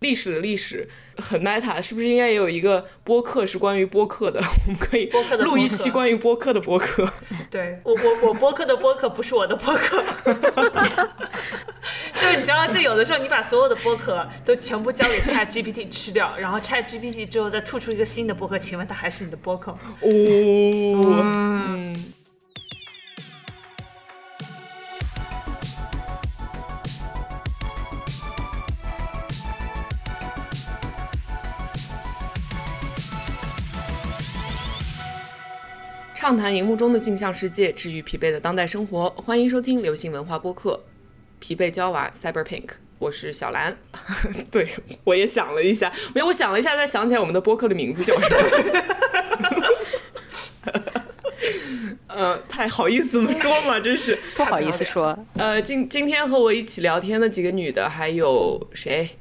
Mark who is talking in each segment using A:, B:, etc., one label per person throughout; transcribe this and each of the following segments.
A: 历史的历史很 meta，是不是应该也有一个播客是关于播客的？ 我们可以
B: 播客的播客
A: 录一期关于播客的播客。
B: 对我我我播客的播客不是我的 播客，就是你知道，就有的时候你把所有的播客都全部交给 Chat GPT 吃掉，然后 Chat GPT 之后再吐出一个新的播客，请问它还是你的播客吗？
A: 哦，
B: 哦
A: 嗯，畅谈荧幕中的镜像世界，治愈疲惫的当代生活。欢迎收听流行文化播客《疲惫娇娃 Cyberpink》，我是小兰。 对，我也想了一下，没有，我想了一下，才想起来我们的播客的名字叫什么。 呃，太好意思么说嘛，真是
C: 不好意思说，
A: 呃，今今天和我一起聊天的几个女的，还有谁？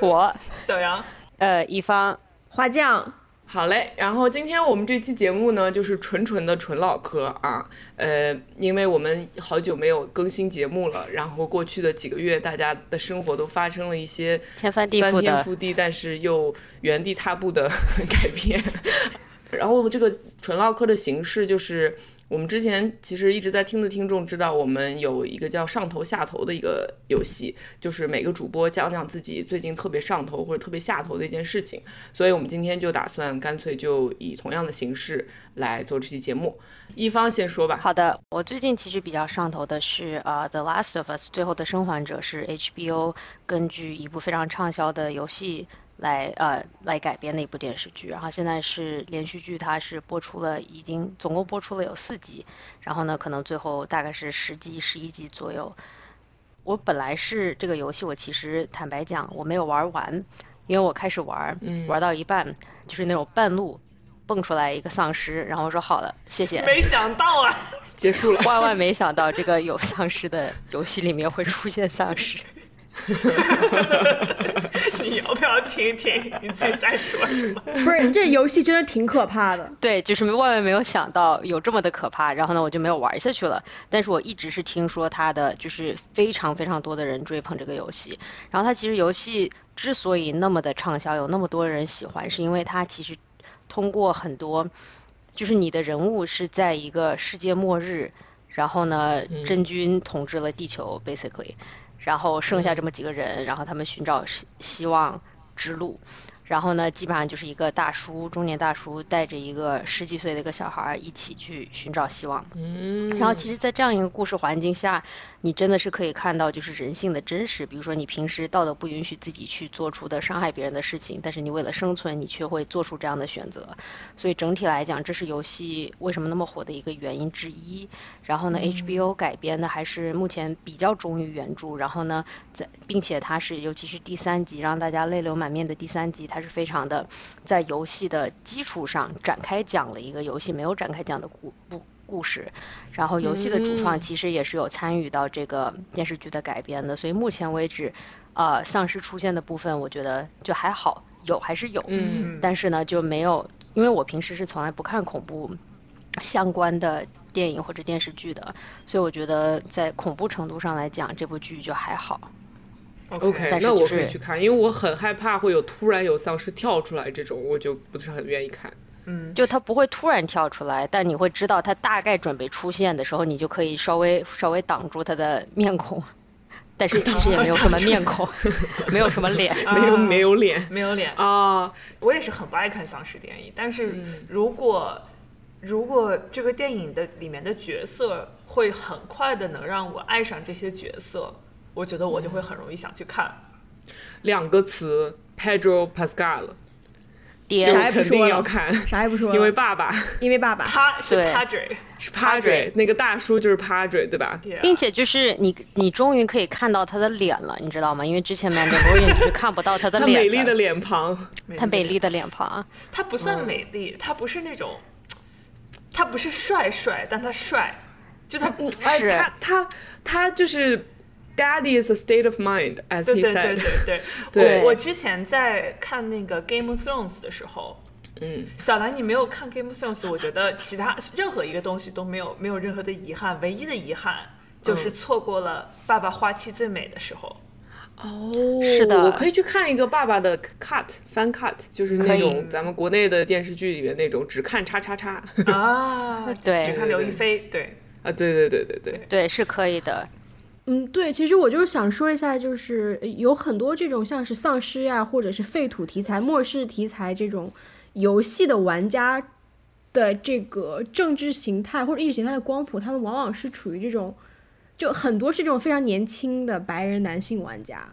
C: 我
B: 小杨，
C: 呃乙方
D: 花匠，
A: 好嘞，然后今天我们这期节目呢，就是纯纯的纯唠嗑啊，呃，因为我们好久没有更新节目了，然后过去的几个月，大家的生活都发生了一些
C: 天翻地
A: 翻
C: 覆
A: 天
C: 的
A: 覆地，但是又原地踏步的 改变。然后这个纯唠嗑的形式，就是我们之前其实一直在听的听众知道，我们有一个叫上头下头的一个游戏，就是每个主播讲讲自己最近特别上头或者特别下头的一件事情。所以我们今天就打算干脆就以同样的形式来做这期节目。一方先说吧，
C: 好的，我最近其实比较上头的是呃，《The Last of Us》最后的生还者是 HBO 根据一部非常畅销的游戏来呃来改编的一部电视剧，然后现在是连续剧，它是播出了已经总共播出了有四集，然后呢，可能最后大概是十集、十一集左右。我本来是这个游戏，我其实坦白讲我没有玩完，因为我开始玩，
A: 嗯
C: 玩到一半就是那种半路蹦出来一个丧尸，然后我说好了，谢谢。
B: 没想到啊，
A: 结束了。
C: 万万没想到，这个有丧尸的游戏里面会出现丧尸。
B: 你要不要听一听你自己在说什么？
D: 不是这游戏真的挺可怕的，
C: 对，就是万万没有想到有这么的可怕。然后呢，我就没有玩下去了。但是我一直是听说它的，就是非常非常多的人追捧这个游戏。然后它其实游戏之所以那么的畅销，有那么多人喜欢，是因为它其实通过很多，就是你的人物是在一个世界末日，然后呢，真菌统治了地球，basically，然后剩下这么几个人，然后他们寻找希希望之路。然后呢，基本上就是一个大叔，中年大叔带着一个十几岁的一个小孩儿一起去寻找希望。
A: 嗯，
C: 然后其实，在这样一个故事环境下，你真的是可以看到就是人性的真实。比如说，你平时道德不允许自己去做出的伤害别人的事情，但是你为了生存，你却会做出这样的选择。所以整体来讲，这是游戏为什么那么火的一个原因之一。然后呢，HBO 改编的还是目前比较忠于原著。然后呢，在并且它是尤其是第三集让大家泪流满面的第三集，它是非常的在游戏的基础上展开讲了一个游戏没有展开讲的故故故事。然后游戏的主创
A: 嗯
C: 其实也是有参与到这个电视剧的改编的，所以目前为止，呃，丧尸出现的部分，我觉得就还好，有还是有，
A: 嗯
C: 但是呢就没有，因为我平时是从来不看恐怖相关的电影或者电视剧的，所以我觉得在恐怖程度上来讲，这部剧就还好。
A: OK，
C: 但是
A: 那
C: 就
A: 我可以
C: 是
A: 去看，因为我很害怕会有突然有丧尸跳出来这种，我就不是很愿意看。
C: 就它不会突然跳出来，但你会知道它大概准备出现的时候，你就可以稍微稍微挡住它的面孔， 但是其实也没有什么面孔，没有什么脸。
B: 啊
A: 没有没有脸
B: 没有脸
A: 啊，
B: 我也是很不爱看丧尸电影，但是
C: 嗯
B: 如果、如果这个电影的里面的角色会很快的能让我爱上这些角色，我觉得我就会很容易想去看。
A: 两个词，Pedro Pascal，
C: 爹
D: 啥也不
A: 肯
D: 说
A: 定要
D: 了，
A: 看，
D: 啥也不说了，
A: 因为爸爸
D: 因为爸爸，
B: 他啊是
C: 嗯对
B: Padre，
A: 是 Padre，
C: Padre
A: 那个大叔就是 Padre，对吧？
C: 并且就是你，你终于可以看到他的脸了，你知道吗？因为之前《Mandalorian》你是看不到他的
A: 他
C: 脸
A: 美 丽的脸庞，
C: 他美丽的嗯脸庞，
B: 他不算美丽，他不是那种，他不是帅帅，但他帅，就他
A: 哎，
C: 嗯是
A: 他他他就是，Daddy is a state of mind as
B: 对
A: he
B: 对对
A: said。
B: 对对，
A: 对
B: 我我之前在看那个《Game of Thrones》的时候，嗯，小兰你没有看《Game of Thrones》，我觉得其他任何一个东西都没有没有任何的遗憾，唯一的遗憾就是错过了爸爸花期最美的时候。
A: 哦，
C: 是的
A: 我可以去看一个爸爸的 cut 翻 cut，就是
C: 可
A: 那
C: 以
A: 种咱们国内的电视剧里面那种只看叉叉 叉
B: 啊，
C: 对
B: 只看刘亦菲，对，
A: 啊，对对对对对，
C: 对，是可以的。
D: 嗯，对，其实我就是想说一下，就是呃有很多这种像是丧尸呀、或者是废土题材、末世题材这种游戏的玩家的这个政治形态或者意识形态的光谱，他们往往是处于这种，就很多是这种非常年轻的白人男性玩家。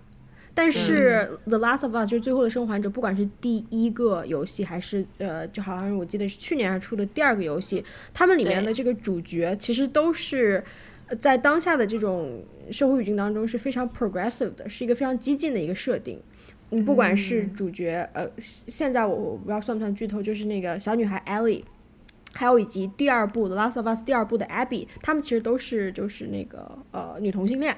D: 但是《The Last of Us》就是《最后的生还者》，不管是第一个游戏还是呃，就好像我记得是去年还出的第二个游戏，他们里面
C: 对
D: 的这个主角其实都是呃在当下的这种社会语境当中是非常 progressive 的，是一个非常激进的一个设定。你不管是主角，呃，现现在我我不知道算不算剧透，就是那个小女孩 Ellie，还有以及第二部《The Last of Us》第二部的 Abby，他们其实都是就是那个呃女同性恋。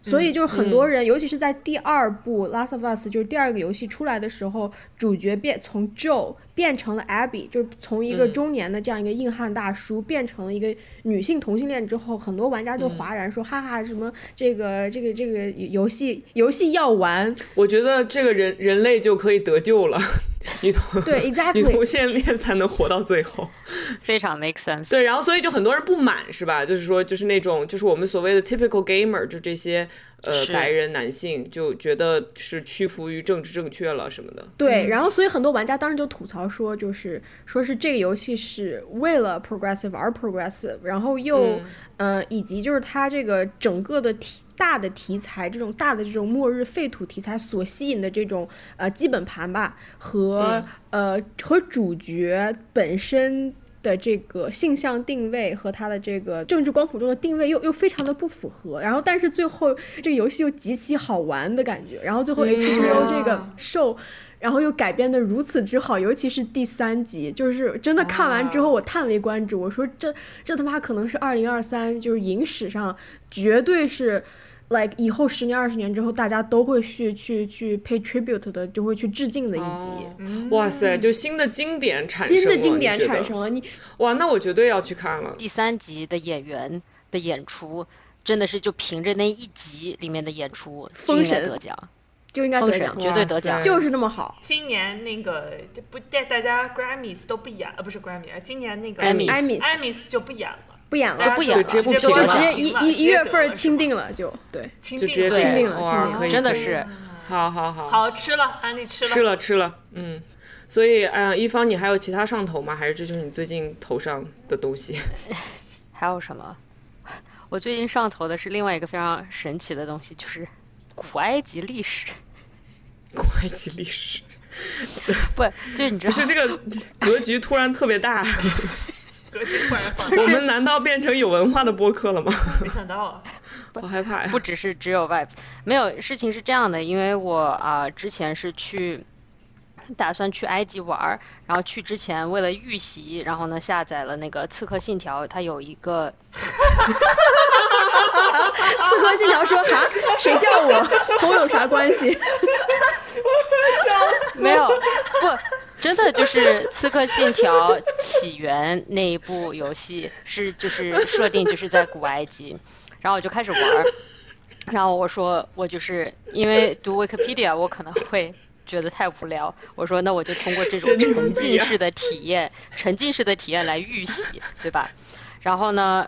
D: 所以就是很多人，尤其是在第二部《Last of Us》就是第二个游戏出来的时候，主角变从 Joe 变成了 Abby，就是从一个中年的这样一个硬汉大叔、变成了一个女性同性恋之后，很多玩家就哗然说：“哈哈，什么这个这个这个游戏游戏要玩，
A: 我觉得这个人人类就可以得救了， 女同
D: 对
A: 女
D: ，exactly，
A: 同性恋才能活到最 后。
C: 非常 make sense。
A: 对，然后所以就很多人不满是吧？就是说，就是那种，就是我们所谓的 typical gamer，就这些呃
C: 是
A: 白人男性就觉得是屈服于政治正确了什么的。
D: 对，然后所以很多玩家当时就吐槽说，就是说是这个游戏是为了 progressive 而 progressive，然后又、呃，以及就是它这个整个的题大的题材，这种大的这种末日废土题材所吸引的这种呃基本盘吧，和、呃和主角本身。的这个性向定位和他的这个政治光谱中的定位又又非常的不符合，然后但是最后这个游戏又极其好玩的感觉，然后最后 HBO 这个受然后又改编的如此之好，尤其是第三集，就是真的看完之后我叹为观止。我说这这他妈可能是二零二三就是影史上绝对是，like 以后十年二十年之后大家都会去去去 pay tribute 的，就会去致敬的一集。
A: 哦哇塞，就新的经典产生了，
D: 嗯新的经典
A: 你觉得
D: 产生了，你
A: 哇，那我绝对要去看了。
C: 第三集的演员的演出，真的是就凭着那一集里面的演出就
D: 封
C: 应该
D: 神
C: 得奖，
D: 就应该得
C: 封神
D: 奖，
C: 绝对得奖
A: 哇塞。
D: 就是那么好。
B: 今年那个这不大大家 Grammys 都不演，呃，不是 Grammy，啊今年那个
A: Emmys
D: Emmys
B: Emmys 就不演了，
D: 不演
B: 大家
C: 就，
D: 了
C: 不演了
B: 直接
A: 就直接
B: 给我
A: 不演
D: 直
B: 涨
D: 接
A: 了
D: 一
B: 停了
D: 一一月份儿
B: 直接
D: 钦定了，就对。
B: 清
A: 就直接
B: 定了
C: 钦定
D: 了
A: 哇
D: 钦定了
A: 可以
C: 真的
A: 可以
C: 是
A: 好好好，
B: 好吃了，安利吃了，
A: 吃了吃了，嗯。所以，嗯、一方你还有其他上头吗？还是这就是你最近头上的东西？
C: 还有什么？我最近上头的是另外一个非常神奇的东西，就是古埃及历史。
A: 古埃及历史
C: 不，就是你知
A: 不
C: 道，
A: 是这个格局突然特别大，
B: 格局突然放大，
A: 我们难道变成有文化的播客了吗？
B: 没想到啊，
A: 好害怕呀！
C: 不只是只有 vibes，没有事情是这样的，因为我啊、之前是去打算去埃及玩儿，然后去之前为了预习，然后呢下载了那个《刺客信条》，它有一个
D: 刺客信条说哈， 谁叫我？和我有啥关系？
C: 没有不。真的就是《刺客信条：起源》那一部游戏是就是设定就是在古埃及，然后我就开始玩儿，然后我说我就是因为读 Wikipedia 我可能会觉得太无聊，我说那我就通过这种
A: 真的
C: 沉
A: 不一
C: 浸
A: 样
C: 式的体验，沉浸式的体验来预习，对吧？然后呢，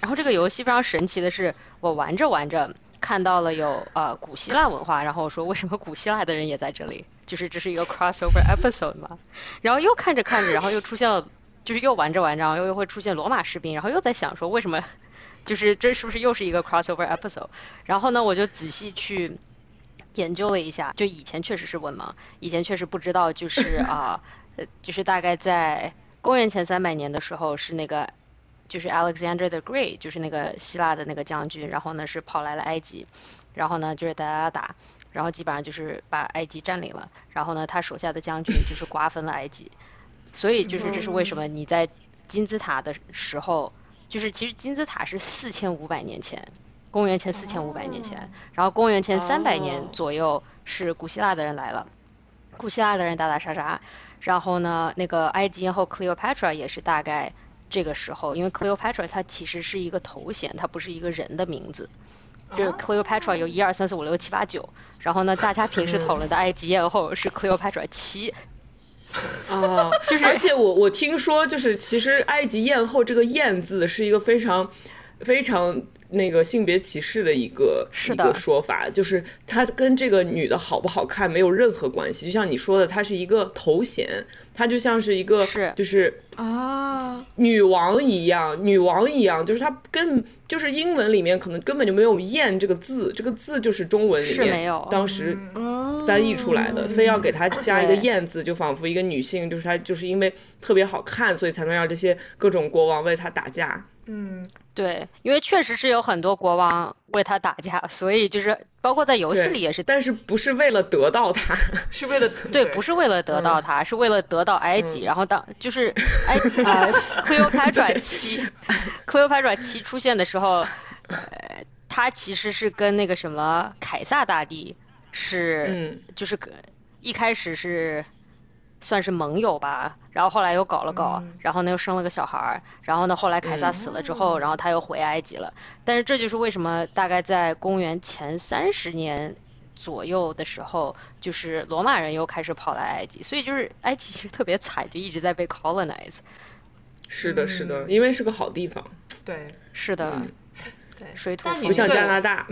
C: 然后这个游戏非常神奇的是，我玩着玩着看到了有呃古希腊文化，然后我说为什么古希腊的人也在这里？ 就是这是一个 crossover episode 嘛。然后又看着看着，然后又出现了，就是又玩着玩着，然后又又会出现罗马士兵，然后又在想说为什么，就是这是不是又是一个 crossover episode？然后呢，我就仔细去。研究了一下，就以前确实是文盲，以前确实不知道，就是啊、呃，就是大概在公元前三百年的时候，是那个就是 Alexander the Great，就是那个希腊的那个将军，然后呢是跑来了埃及，然后呢就是打打打，然后基本上就是把埃及占领了，然后呢他手下的将军就是瓜分了埃及，所以就是这是为什么你在金字塔的时候，就是其实金字塔是四千五百年前，公元前四千五百年前，然后公元前三百年
A: 哦
C: 左右是古希腊的人来了，古希腊的人打打杀杀，然后呢，那个埃及艳后 Cleopatra 也是大概这个时候，因为 Cleopatra 她其实是一个头衔，她不是一个人的名字，这个 Cleopatra 有一二三四五六七八九，然后呢，大家平时讨论的埃及艳后是 Cleopatra 七，
A: 啊，就是而且我我听说，就是其实埃及艳后这个“艳”字是一个非常非常那个性别歧视的一个
C: 是
A: 一
C: 的
A: 个说法，就是它跟这个女的好不好看没有任何关系。就像你说的，它是一个头衔，它就像是一个
C: 是
A: 就是
D: 啊，
A: 女王一样，女王一样，就是它跟就是英文里面可能根本就没有“艳”这个字，这个字就是中文里
C: 是没
A: 面
C: 有
A: 当时
D: 哦
A: 翻译出来的，非要给它加一个
C: 对
A: “
B: 嗯
A: 艳”字，就仿佛一个女性，就是她就是因为特别好看，所以才能让这些各种国王为她打架。
B: 嗯，
C: 对，因为确实是有很多国王为他打架，所以就是包括在游戏
A: 对
C: 里也是，
A: 但是不是为了得到她？
B: 是为了
C: 对，嗯不是为了得到他，是为了得到埃及，然后当就是埃啊 Cleopatra 七 Cleopatra 七出现的时候，呃，他其实是跟那个什么凯撒大帝是。
A: 嗯，
C: 就是个一开始是算是盟友吧，然后后来又搞了搞，
B: 嗯
C: 然后呢又生了个小孩儿，然后呢后来凯撒死了之后，然后他又回埃及了。但是这就是为什么大概在公元前三十年左右的时候，就是罗马人又开始跑来埃及，所以就是埃及其实特别惨，就一直在被 colonize。
A: 是的，是的，因为是个好地方，
B: 对
C: 是的，
B: 嗯对，
C: 水土
B: 但
C: 丰
B: 你
A: 不像
B: 这个
A: 加拿 大，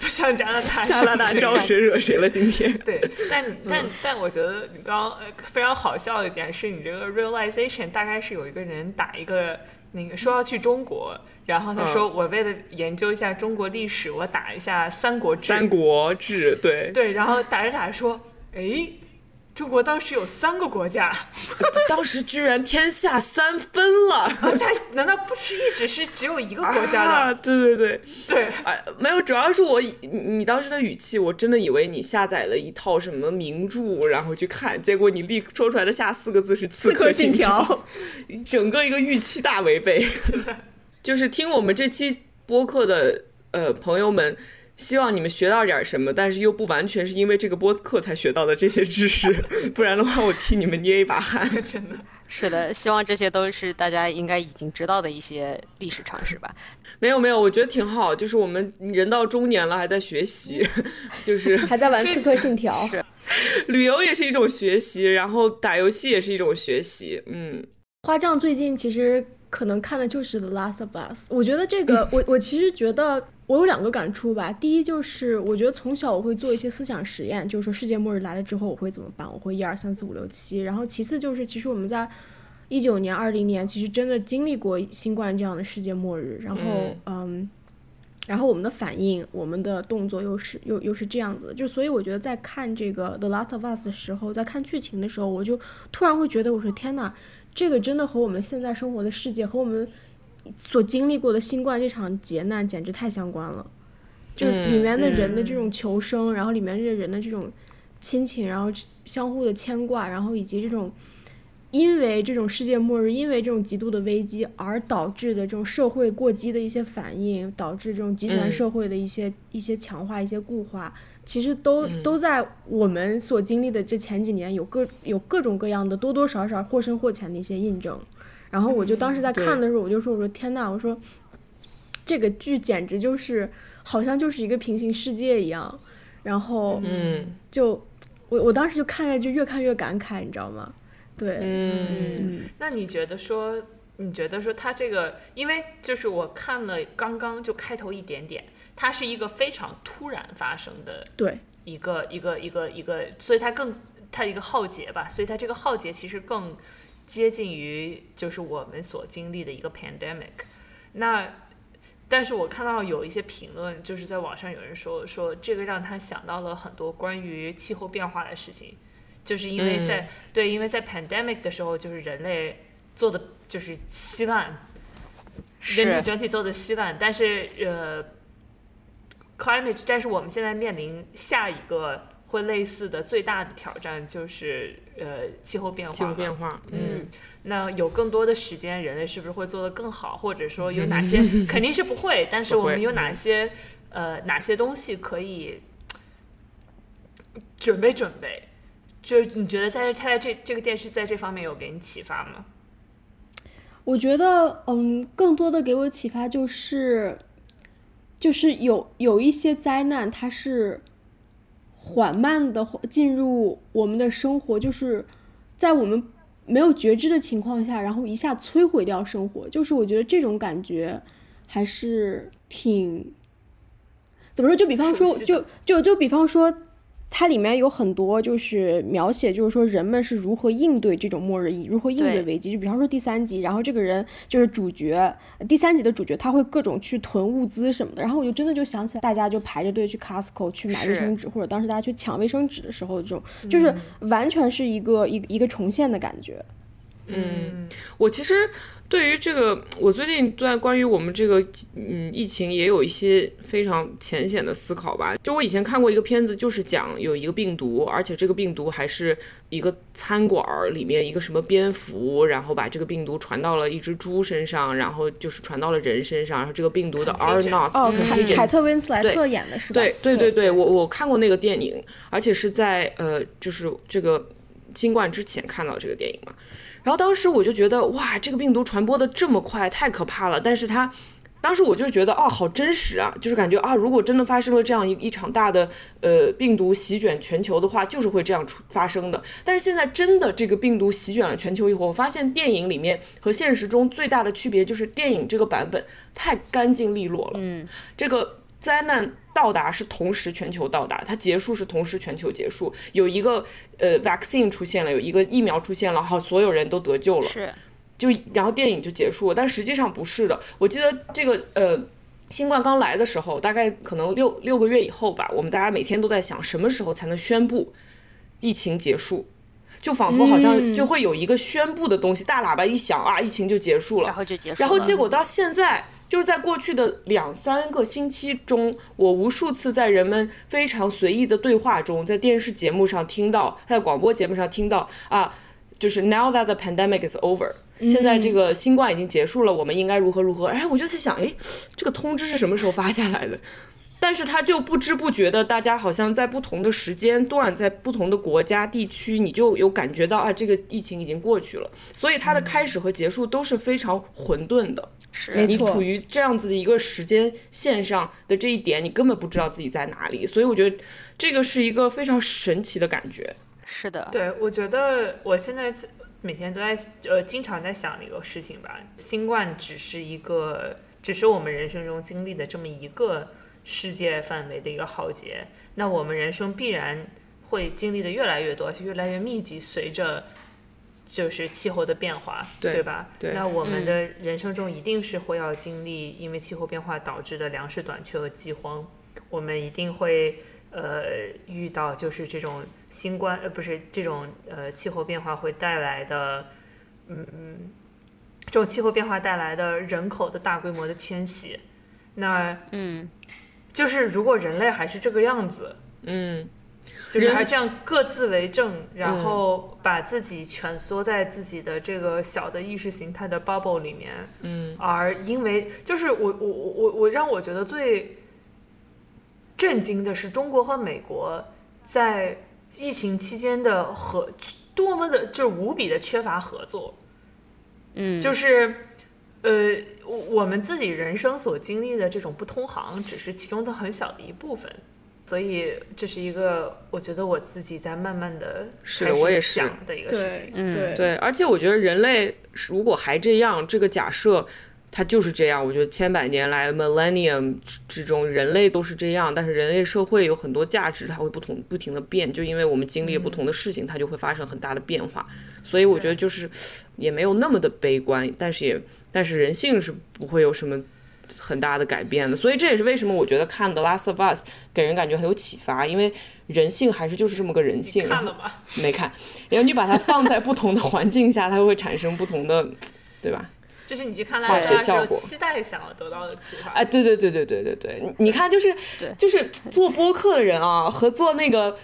B: 不像加拿大，
A: 加拿大
B: 是不是
A: 招谁惹谁了？今天
B: 对，但但但我觉得你刚刚呃非常好笑的一点是你这个 realization 大概是有一个人打一个那个说要去中国，然后他说我为了研究一下中国历史，我打一下《三国志》。
A: 三国志，对，
B: 对，然后打着打着说，哎，中国当时有三个国家，
A: 当时居然天下三分了。
B: 而且还难道不是一直是只有一个国家的？
A: 啊，对对对，
B: 对，
A: 哎，没有，主要是我以你你当时的语气，我真的以为你下载了一套什么名著，然后去看，结果你立说出来的下四个字是《刺
D: 刺客信
A: 信条
D: 条》，
A: 整个一个预期大违 背。就是听我们这期播客的呃朋友们，希望你们学到点儿什么，但是又不完全是因为这个播客才学到的这些知识， 不然的话我替你们捏一把汗。
B: 真的，
C: 是的，希望这些都是大家应该已经知道的一些历史常识吧。
A: 没有没有，我觉得挺好，就是我们人到中年了还在学习， 就是
D: 还在玩《刺客信条》
A: 旅游也是一种学习，然后打游戏也是一种学习。嗯，
D: 花匠最近其实可能看的就是《The Last of Us》，我觉得这个，我我其实觉得我有两个感触吧。第一就是，我觉得从小我会做一些思想实验，就是说世界末日来了之后我会怎么办，我会一二三四五六七。然后其次就是，其实我们在一九年、二零年其实真的经历过新冠这样的世界末日，然后嗯然后我们的反应、我们的动作又是又又是这样子的，就所以我觉得在看这个《The Last of Us》的时候，在看剧情的时候，我就突然会觉得，我说天呐，这个真的和我们现在生活的世界和我们所经历过的新冠这场劫难简直太相关了。就里面的人的这种求生，然后里面这人的这种亲情，然后相互的牵挂，然后以及这种因为这种世界末日，因为这种极度的危机而导致的这种社会过激的一些反应，导致这种集权
A: 嗯
D: 社会的一些、一些强化、一些固化，其实都、
A: 嗯
D: 都在我们所经历的这前几年有各有各种各样的多多少少或深或浅的一些印证。然后我就当时在看的时候，我就说：“我说天呐，我说这个剧简直就是好像就是一个平行世界一样。”然后
A: 嗯
D: 就我我当时就看着就越看越感慨，你知道吗？对，
A: 嗯
B: 那你觉得说，你觉得说他这个，因为就是我看了刚刚就开头一点点，它是一个非常突然发生的
D: 对，
B: 一个一个一个一个，所以它更它一个浩劫吧，所以它这个浩劫其实更接近于就是我们所经历的一个 pandemic。那但是我看到有一些评论，就是在网上有人说说这个让他想到了很多关于气候变化的事情，就是因为在、对，因为在 pandemic 的时候，就是人类做的就是稀烂，人
C: 是
B: 体整体做的稀烂，但是呃，climate，但是我们现在面临下一个会类似的最大的挑战就是呃气候变化嘛，
A: 气候变化，嗯，
B: 那有更多的时间，人类是不是会做得更好？或者说有哪些肯定是不会，但是
A: 嗯不
B: 我
A: 会嗯
B: 们有哪些呃哪些东西可以准备准备？就你觉得在他在这这个电视在这方面有给你启发吗？
D: 我觉得，嗯，更多的给我启发就是，就是有有一些灾难，它是缓慢的进入我们的生活，就是在我们没有觉知的情况下，然后一下摧毁掉生活。就是我觉得这种感觉还是挺怎么说？就比方说，
B: 熟悉
D: 就
B: 的
D: 就就比方说，它里面有很多就是描写，就是说人们是如何应对这种末日，如何应对
C: 对
D: 危机。就比方说第三集，然后这个人就是主角，第三集的主角他会各种去囤物资什么的。然后我就真的就想起来，大家就排着队去 Costco 去买卫
C: 是
D: 生纸，或者当时大家去抢卫生纸的时候，这种就是
A: 嗯
D: 完全是一个一个一个重现的感觉。
B: 嗯，
A: 我其实对于这个，我最近在关于我们这个嗯疫情也有一些非常浅显的思考吧。就我以前看过一个片子，就是讲有一个病毒，而且这个病毒还是一个餐馆儿里面一个什么蝙蝠，然后把这个病毒传到了一只猪身上，然后就是传到了人身上，然后这个病毒的 R
B: Contagion
A: not
D: 哦，凯
A: contagion
D: 凯特温斯
A: 嗯
D: 莱
A: 对
D: 特演的是吧？
A: 对对对
D: 对
A: 对，我我看过那个电影，而且是在呃，就是这个新冠之前看到这个电影嘛。然后当时我就觉得，哇，这个病毒传播的这么快，太可怕了。但是它当时我就觉得，哦，好真实啊，就是感觉啊，如果真的发生了这样一一场大的呃病毒席卷全球的话，就是会这样出发生的。但是现在真的这个病毒席卷了全球以后，我发现电影里面和现实中最大的区别就是电影这个版本太干净利落了。
C: 嗯，
A: 这个灾难到达是同时全球到达，它结束是同时全球结束。有一个呃 vaccine 出现了，有一个呃疫苗出现了，好，所有人都得
B: 嗯
A: 救了，
C: 是
A: 就然后电影就结束了。但实际上不是的，我记得这个呃。新冠刚来的时候，大概可能六六个月以后吧，我们大家每天都在想，什么时候才能宣布疫情结束？就仿佛好像
D: 嗯
A: 就会有一个宣布的东西，大喇叭一响啊，疫情就结束了。
C: 然后就结束
A: 然后
C: 了
A: 结果到现在，就是在过去的两三个星期中，我无数次在人们非常随意的对话中，在电视节目上听到，在广播节目上听到啊，就是 now that the pandemic is over。现在
C: 嗯
A: 这个新冠已经结束了，我们应该如何如何？哎，我就在想，哎，这个通知是什么时候发下来的？但是它就不知不觉的，大家好像在不同的时间段，在不同的国家地区，你就有感觉到啊，这个疫情已经过去了。所以它
D: 嗯
A: 的开始和结束都是非常混沌的。
C: 是
D: 没
A: 你
D: 错
A: 处于这样子的一个时间线上的这一点，你根本不知道自己在哪里。所以我觉得这个是一个非常神奇的感觉。
C: 是的，
B: 对，我觉得我现在每天都在呃，经常在想的一个事情吧。新冠只是一个，只是我们人生中经历的这么一个世界范围的一个浩劫。那我们人生必然会经历的越来越多，而且越来越密集，随着就是气候的变化，
A: 对
B: 吧？
A: 对嗯
B: 那我们的人生中一定是会要经历因为气候变化导致的粮食短缺和饥荒，我们一定会呃遇到就是这种新冠呃不是这种呃气候变化会带来的嗯嗯这种气候变化带来的人口的大规模的迁徙，那
C: 嗯，
B: 就是如果人类还是这个样子，
A: 嗯，
B: 就是
A: 人
B: 还这样各自为政，然后把自己蜷缩在自己的这个小的意识形态的 bubble 里面，嗯，而因为就是我我我我我让我觉得最震惊的是中国和美国在疫情期间的合多么的就是无比的缺乏合作，
C: 嗯，
B: 就是呃，我我们自己人生所经历的这种不通航，只是其中的很小的一部分。所以这是一个，我觉得我自己在慢慢的
A: 是的我也是
B: 想的一个事情。
C: 嗯
D: 对
A: 对，而且我觉得人类如果还这样，这个假设它就是这样。我觉得千百年来 millennium 之之中，人类都是这样，但是人类社会有很多价值，它会不同不停的变，就因为我们经历了不同的
B: 嗯
A: 事情，它就会发生很大的变化。所以我觉得就是也没有那么的悲观，但是也但是人性是不会有什么。很大的改变的，所以这也是为什么我觉得看《The Last of Us》给人感觉很有启发，因为人性还是就是这么个人性。然
B: 看
A: 后
B: 了吗？
A: 没看，然后你把它放在不同的环境下，它会产生不同 的，对吧？
B: 这是你去看《拉
A: 化
B: 斯
A: 学
B: 加时
A: 效
B: 候
A: 果
B: 期待想要得到的启发。
A: 哎，对对对对对对对，你你看，就是
C: 对
A: 就是做播客的人啊，和做那个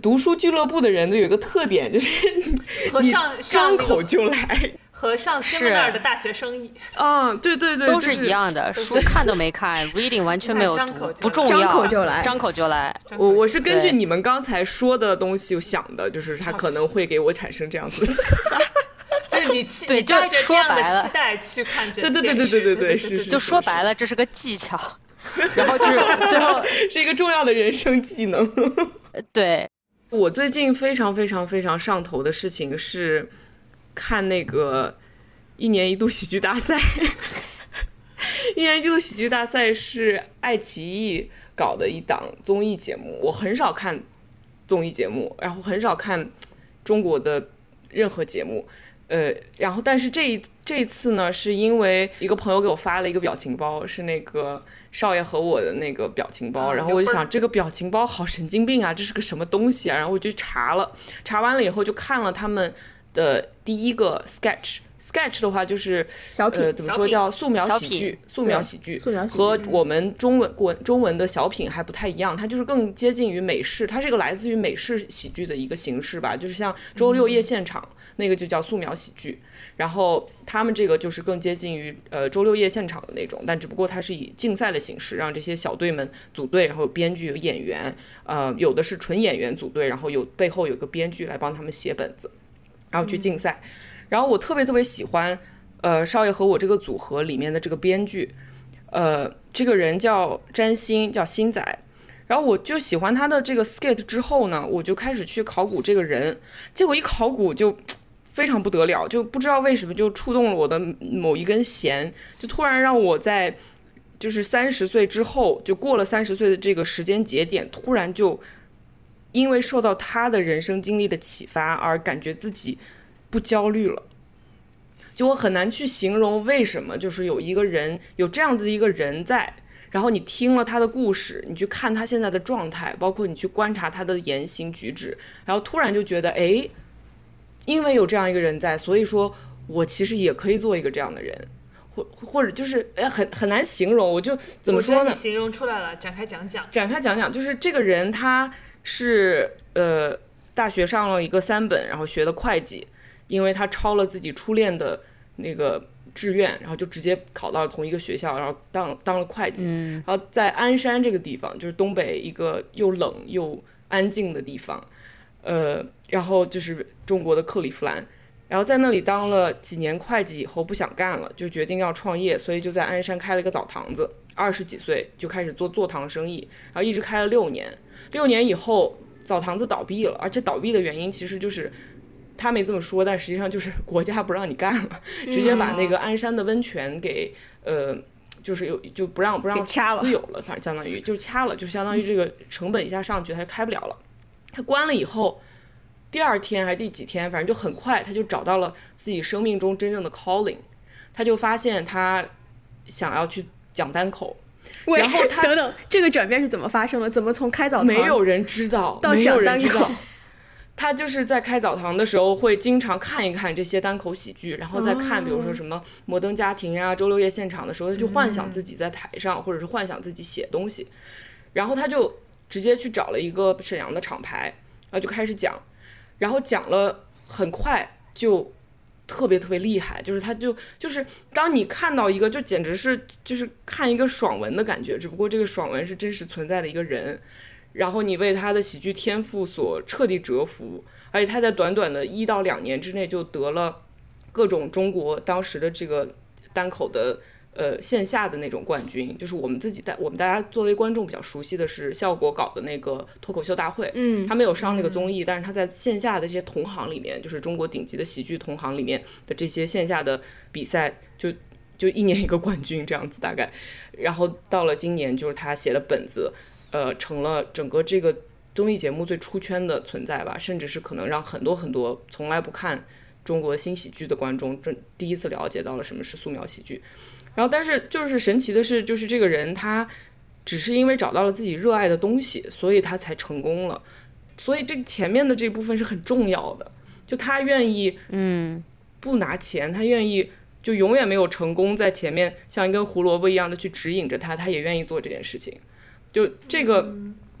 A: 读书俱乐部的人都有一个特点，就是
B: 和上
A: 张
B: 上那
A: 口
B: 个
A: 就来。
B: 和上
C: 是
B: seminar 的大学生一
A: 啊，对对对，
C: 都
A: 就是
C: 一。样的，书看都没看，reading 完全没有
B: 你看张口
C: 读，
B: 就
C: 不重
D: 来
C: 要，
D: 张口就来
C: 张口就来，
A: 我我是根据
C: 对
A: 你们刚才说的东西想的，就是 它可能会给我产生这样子的启发。
B: 就是你期
C: 对
B: 你带
C: 就
B: 着这样
C: 说白
B: 的
C: 了
B: 期待去看
A: 对
B: 这
A: 对对
B: 电
A: 对
B: 视
A: 对对
B: 对
A: 对是是
C: 就说白了，这是个技巧，然后就是最后
A: 是一个重要的人生技能。
C: 对，
A: 我最近非常非常非常上头的事情是看那个一年一度喜剧大赛。一年一度喜剧大赛是爱奇艺搞的一档综艺节目，我很少看综艺节目，然后很少看中国的任何节目。呃，然后但是这一这一次呢，是因为一个朋友给我发了一个表情包，是那个少爷和我的那个表情包，
B: 啊
A: 然后
B: 有
A: 我就
B: 味儿
A: 想这个表情包好神经病啊，这是个什么东西啊？然后我就查了，查完了以后就看了他们的第一个 sketch。sketch 的话就是
D: 小品
A: 呃，怎么
B: 小
A: 说
B: 品
A: 叫素描
C: 小
A: 喜
C: 品
A: 剧？素描
D: 对
A: 喜剧，
D: 素描喜
A: 和
D: 剧
A: 我们中文国中文的小品还不太一样，它就是更接近于美式，它是一个来自于美式喜剧的一个形式吧，就是像周六夜现场、那个就叫素描喜剧，然后他们这个就是更接近于呃周六夜现场的那种，但只不过它是以竞赛的形式，让这些小队们组队，然后有编剧有演员，呃，有的是纯演员组队，然后有背后有个编剧来帮他们写本子，然后去竞赛。然后我特别特别喜欢，呃，少爷和我这个组合里面的这个编剧，呃，这个人叫詹鑫，叫鑫仔。然后我就喜欢他的这个 skate 之后呢，我就开始去考古这个人，结果一考古就非常不得了，就不知道为什么就触动了我的某一根弦，就突然让我在就是三十岁之后，就过了三十岁的这个时间节点，突然就因为受到他的人生经历的启发而感觉自己不焦虑了。就我很难去形容为什么，就是有一个人有这样子的一个人在，然后你听了他的故事，你去看他现在的状态，包括你去观察他的言行举止，然后突然就觉得，诶，因为有这样一个人在，所以说我其实也可以做一个这样的人，或或者就是，哎，很很难形容，我就怎么
B: 我觉得
A: 说呢
B: 你？形容出来了，展开讲讲。
A: 展开讲讲，就是这个人他是呃大学上了一个三本，然后学的会计，因为他抄了自己初恋的那个志愿，然后就直接考到了同一个学校，然后当当了会计。
C: 嗯，
A: 然后在鞍山这个地方，就是东北一个又冷又安静的地方，呃，然后就是中国的克利夫兰，然后在那里当了几年会计以后不想干了，就决定要创业，所以就在鞍山开了一个澡堂子，二十几岁就开始做做堂生意，然后一直开了六年，六年以后澡堂子倒闭了，而且倒闭的原因其实就是。他没这么说，但实际上就是国家不让你干了，直接把那个鞍山的温泉给呃就是有就不让不让
D: 给掐了嗯
A: 私有了，反正相当于就掐了，就相当于这个成本一下上去，它就开不了了。它关了以后，第二天还是第几天，反正就很快，他就找到了自己生命中真正的 calling，他就发现他想要去讲单口，
D: 喂
A: 然后他
D: 等等，这个转变是怎么发生的？怎么从开早堂
A: 没有人知道，
D: 到
A: 没有
D: 讲
A: 人
D: 单
A: 知道
D: 口。？
A: 他就是在开澡堂的时候会经常看一看这些单口喜剧，然后再看，比如说什么《摩登家庭》呀、周六夜现场》的时候，他就幻想自己在台上，或者是幻想自己写东西，然后他就直接去找了一个沈阳的厂牌，然后就开始讲，然后讲了很快就特别特别厉害，就是他就就是当你看到一个，就简直是就是看一个爽文的感觉，只不过这个爽文是真实存在的一个人，然后你为他的喜剧天赋所彻底折服，而且他在短短的一到两年之内就得了各种中国当时的这个单口的呃线下的那种冠军，就是我们自己大我们大家作为观众比较熟悉的是效果搞的那个脱口秀大会，
D: 嗯
A: 他没有上那个综艺，但是他在线下的这些同行里面，就是中国顶级的喜剧同行里面的这些线下的比赛就。就一年一个冠军这样子大概，然后到了今年，就是他写的本子，呃，成了整个这个综艺节目最出圈的存在吧，甚至是可能让很多很多从来不看中国新喜剧的观众，这第一次了解到了什么是素描喜剧。然后，但是就是神奇的是，就是这个人他只是因为找到了自己热爱的东西，所以他才成功了。所以这前面的这部分是很重要的，就他愿意，嗯，不拿钱，他愿意。就永远没有成功，在前面像一根胡萝卜一样的去指引着他，他也愿意做这件事情。就这个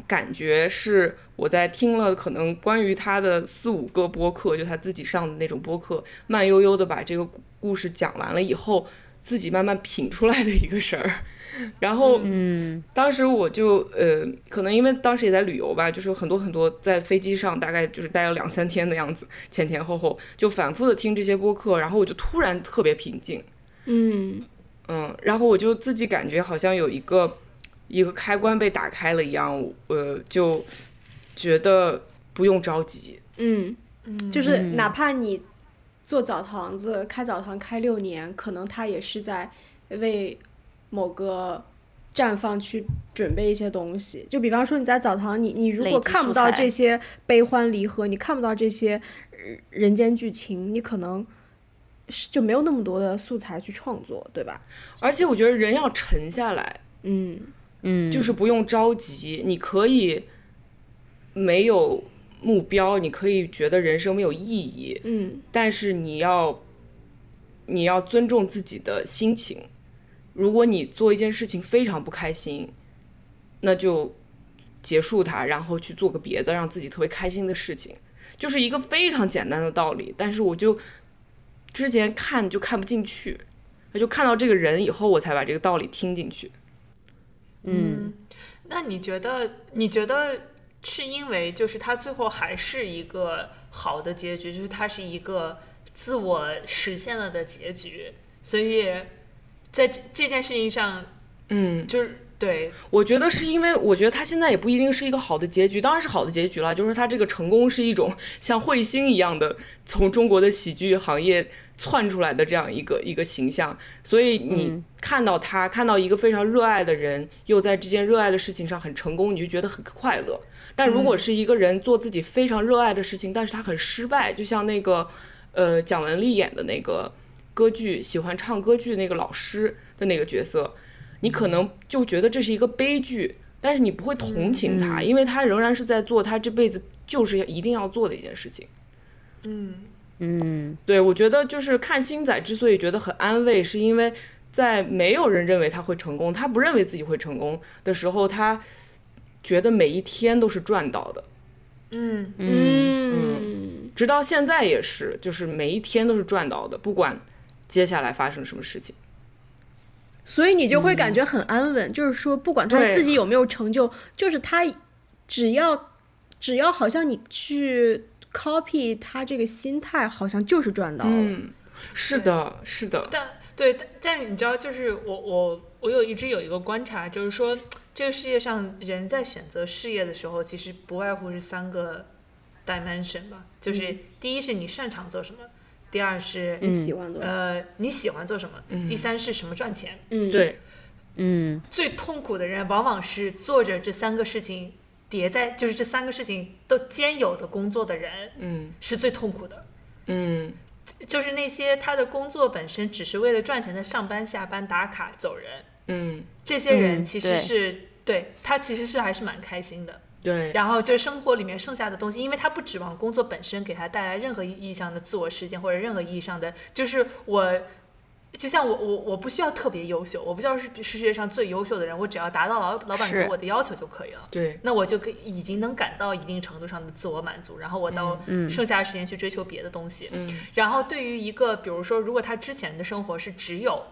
A: 感觉是我在听了可能关于他的四五个播客，就他自己上的那种播客，慢悠悠的把这个故事讲完了以后，自己慢慢品出来的一个事儿。 然后，嗯，当时我就呃，可能因为当时也在旅游吧，就是有很多很多在飞机上，大概就是待了两三天的样子，前前后后就反复的听这些播客，然后我就突然特别平静。
D: 嗯，
A: 嗯，然后我就自己感觉好像有一个一个开关被打开了一样，呃，就觉得不用着急。
D: 嗯，就是哪怕你做澡堂子、开澡堂开六年，可能他也是在为某个绽放去准备一些东西。就比方说你在澡堂，你你如
C: 累
D: 果
C: 积
D: 看不
C: 素
D: 到
C: 材
D: 这些悲欢离合，你看不到这些呃人间剧情，你可能是就没有那么多的素材去创作，对吧？
A: 而且我觉得人要沉下来，
D: 嗯，
C: 嗯，
A: 就是不用着急，你可以没有目标，你可以觉得人生没有意义，
D: 嗯，
A: 但是你要你要尊重自己的心情。如果你做一件事情非常不开心，那就结束它，然后去做个别的让自己特别开心的事情，就是一个非常简单的道理。但是我就之前看就看不进去，我就看到这个人以后，我才把这个道理听进去。
C: 嗯
B: 那你觉得？你觉得是因为就是他最后还是一个好的结局，就是它是一个自我实现了的结局，所以在这这件事情上，
A: 嗯，
B: 就是对，
A: 我觉得是因为，我觉得他现在也不一定是一个好的结局，当然是好的结局了。就是他这个成功是一种像彗星一样的从中国的喜剧行业窜出来的这样一个一个形象，所以你看到他，看到一个非常热爱的人又在这件热爱的事情上很成功，你就觉得很快乐。但如果是一个人做自己非常热爱的事情，但是他很失败，就像那个呃蒋雯丽演的那个歌剧喜欢唱歌剧那个老师的那个角色，你可能就觉得这是一个悲剧，但是你不会同情他，因为他仍然是在做他这辈子就是要一定要做的一件事情。
B: 嗯
C: 嗯
A: 对我觉得就是看星仔之所以觉得很安慰，是因为在没有人认为他会成功，他不认为自己会成功的时候，他觉得每一天都是赚到的。
B: 嗯
D: 嗯
A: 直到现在也是，就是每一天都是赚到的，不管接下来发生什么事情。
D: 所以你就会感觉很安稳，就是说，不管
A: 嗯
D: 他
A: 对
D: 自己有没有成就，就是他只要只要好像你去 copy 他这个心态，好像就是赚到了。
A: 嗯，是的，是的，
B: 但对，但但是你知道，就是我我我有一直有一个观察，就是说这个世界上人在选择事业的时候，其实不外乎是三个 dimension 吧，就是第一是你擅长做什么，第二是、
D: 你
A: 嗯
D: 喜欢做，
B: 呃你喜欢做什么，第三是什么赚钱。
D: 嗯，，
A: 对，
C: 嗯
B: 最痛苦的人往往是做着这三个事情叠在，就是这三个事情都兼有的工作的人，
A: 嗯
B: 是最痛苦的。
A: 嗯
B: 就是那些他的工作本身只是为了赚钱的上班、下班、打卡、走人，
A: 嗯，
B: 这些人
C: 嗯
B: 其实
C: 对
B: 是、对他其实是还是蛮开心的。
A: 对，
B: 然后就生活里面剩下的东西，因为他不指望工作本身给他带来任何意义上的自我实现，或者任何意义上的，就是我，就像我我我不需要特别优秀，我不需要是世界上最优秀的人，我只要达到老老板给
C: 是
B: 我的要求就可以了。
A: 对，
B: 那我就可以已经能感到一定程度上的自我满足，然后
C: 嗯
B: 我到剩下的时间去追求别的东西。然后对于一个，比如说，如果他之前的生活是只有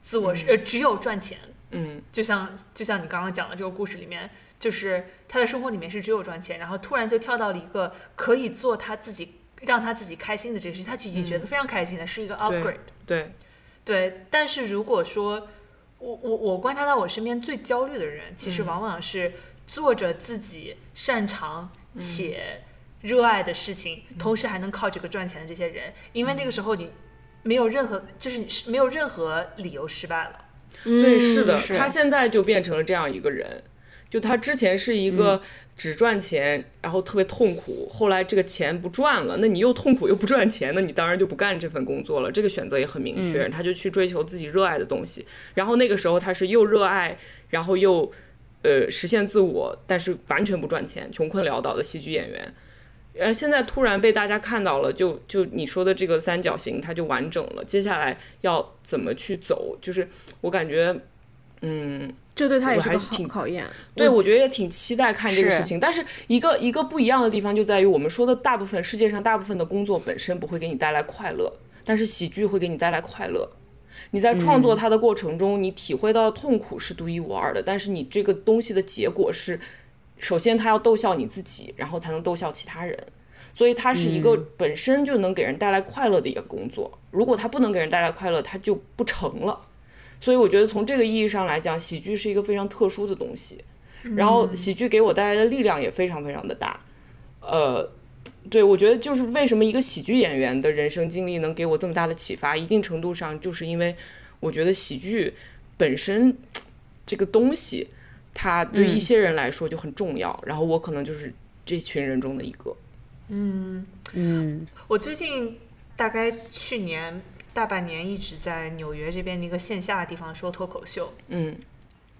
B: 自我、呃只有赚钱，
A: 嗯
B: 就像就像你刚刚讲的这个故事里面，就是他的生活里面是只有赚钱，然后突然就跳到了一个可以做他自己让他自己开心的这个事情，他已经觉得非常开心了，是一个 upgrade。
A: 对，
B: 对，但是如果说我我我观察到我身边最焦虑的人，其实往往是做着自己擅长且热爱的事情，同时还能靠这个赚钱的这些人，因为那个时候你没有任何就是你是没有任何理由失败了。
A: 对，是的，
C: 是
A: 他现在就变成了这样一个人。就他之前是一个只赚钱，然后特别痛苦，后来这个钱不赚了，那你又痛苦又不赚钱，那你当然就不干这份工作了。这个选择也很明确，他就去追求自己热爱的东西。然后那个时候他是又热爱，然后又呃实现自我，但是完全不赚钱，穷困潦倒的喜剧演员。呃，现在突然被大家看到了，就就你说的这个三角形，它就完整了。接下来要怎么去走？就是我感觉，嗯，
D: 这对他也是
A: 我
D: 个
A: 还
D: 好
A: 挺
D: 考验。
A: 对我觉得也挺期待看这个
C: 是
A: 事情。但是一个一个不一样的地方就在于，我们说的大部分世界上大部分的工作本身不会给你带来快乐，但是喜剧会给你带来快乐。你在创作它的过程中，你体会到的痛苦是独一无二的，但是你这个东西的结果是，首先它要逗笑你自己，然后才能逗笑其他人。所以它是一个本身就能给人带来快乐的一个工作。如果它不能给人带来快乐，它就不成了。所以我觉得从这个意义上来讲，喜剧是一个非常特殊的东西。然
B: 嗯
A: 后喜剧给我带来的力量也非常非常的大。呃，对，我觉得就是为什么一个喜剧演员的人生经历能给我这么大的启发，一定程度上就是因为我觉得喜剧本身这个东西，它对
B: 嗯
A: 一些人来说就很重要。然后我可能就是这群人中的一个。
C: 嗯
B: 我最近大概去年大半年一直在纽约这边的一个线下的地方说脱口秀，
A: 嗯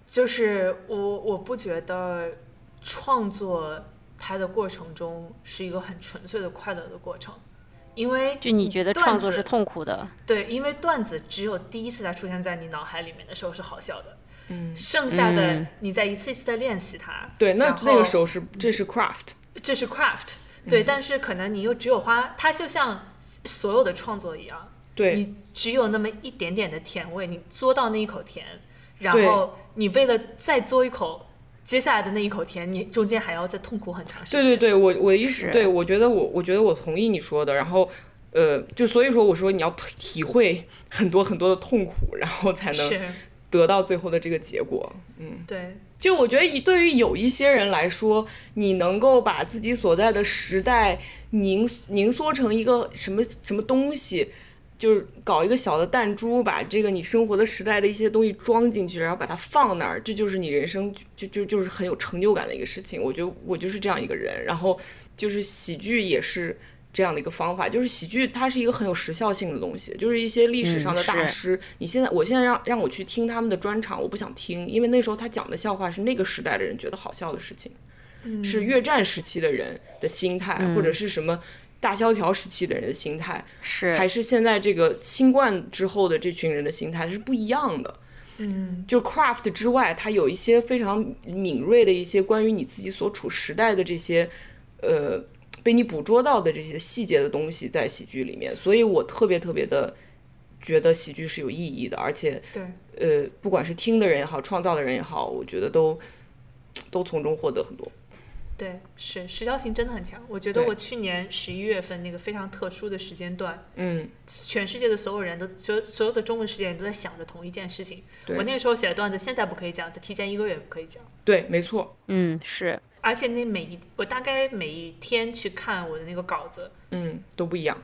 B: 就是我我不觉得创作它的过程中是一个很纯粹的快乐的过程，因为
C: 就你觉得
B: 段
C: 创作
B: 子
C: 是痛苦的，
B: 对，因为段子只有第一次它出现在你脑海里面的时候是好笑的，嗯，剩下的
C: 嗯
B: 你再一次一次的练习它。
A: 对，那
B: 然后
A: 那个时候嗯是这是 craft，
B: 这是 craft，对，但是可能你又只有花，它就像所有的创作一样，
A: 对
B: 你只有那么一点点的甜味，你嘬到那一口甜，
A: 对
B: 然后你为了再嘬一口接下来的那一口甜，你中间还要再痛苦很长时
A: 对
B: 间。
A: 对对，我我意
C: 是
A: 识对我觉得我我觉得我同意你说的，然后呃，就所以说我说你要体体会很多很多的痛苦，然后才能
B: 是，
A: 得到最后的这个结果。
B: 对，
A: 就我觉得，以对于有一些人来说，你能够把自己所在的时代凝凝缩成一个什么什么东西，就是搞一个小的弹珠，把这个你生活的时代的一些东西装进去，然后把它放那儿，这就是你人生就就就就是很有成就感的一个事情。我觉得我就是这样一个人，然后就是喜剧也是。这样的一个方法，就是喜剧，它是一个很有时效性的东西，就是一些历史上的
C: 嗯
A: 大
C: 是
A: 师，你现在我现在让让我去听他们的专场，我不想听，因为那时候他讲的笑话是那个时代的人觉得好笑的事情，
C: 嗯
A: 是越战时期的人的心态，或者是什么大萧条时期的人的心态，
C: 是
A: 还是现在这个新冠之后的这群人的心态是不一样的。
B: 嗯，
A: 就 craft 之外，它有一些非常敏锐的一些关于你自己所处时代的这些，呃，被你捕捉到的这些细节的东西在喜剧里面，所以我特别特别的觉得喜剧是有意义的，而且
B: 对，
A: 呃，不管是听的人也好，创造的人也好，我觉得都都从中获得很多。
B: 对，是时效性真的很强。我觉得
A: 对
B: 我去年十一月份那个非常特殊的时间段，
A: 嗯，
B: 全世界的所有人都，所有所有的中文世界人都在想着同一件事情。
A: 对
B: 我那个时候写的段子，现在不可以讲，提前一个月不可以讲。
A: 对，没错，
C: 嗯是
B: 而且那每一，我大概每一天去看我的那个稿子，
A: 嗯，都不一样。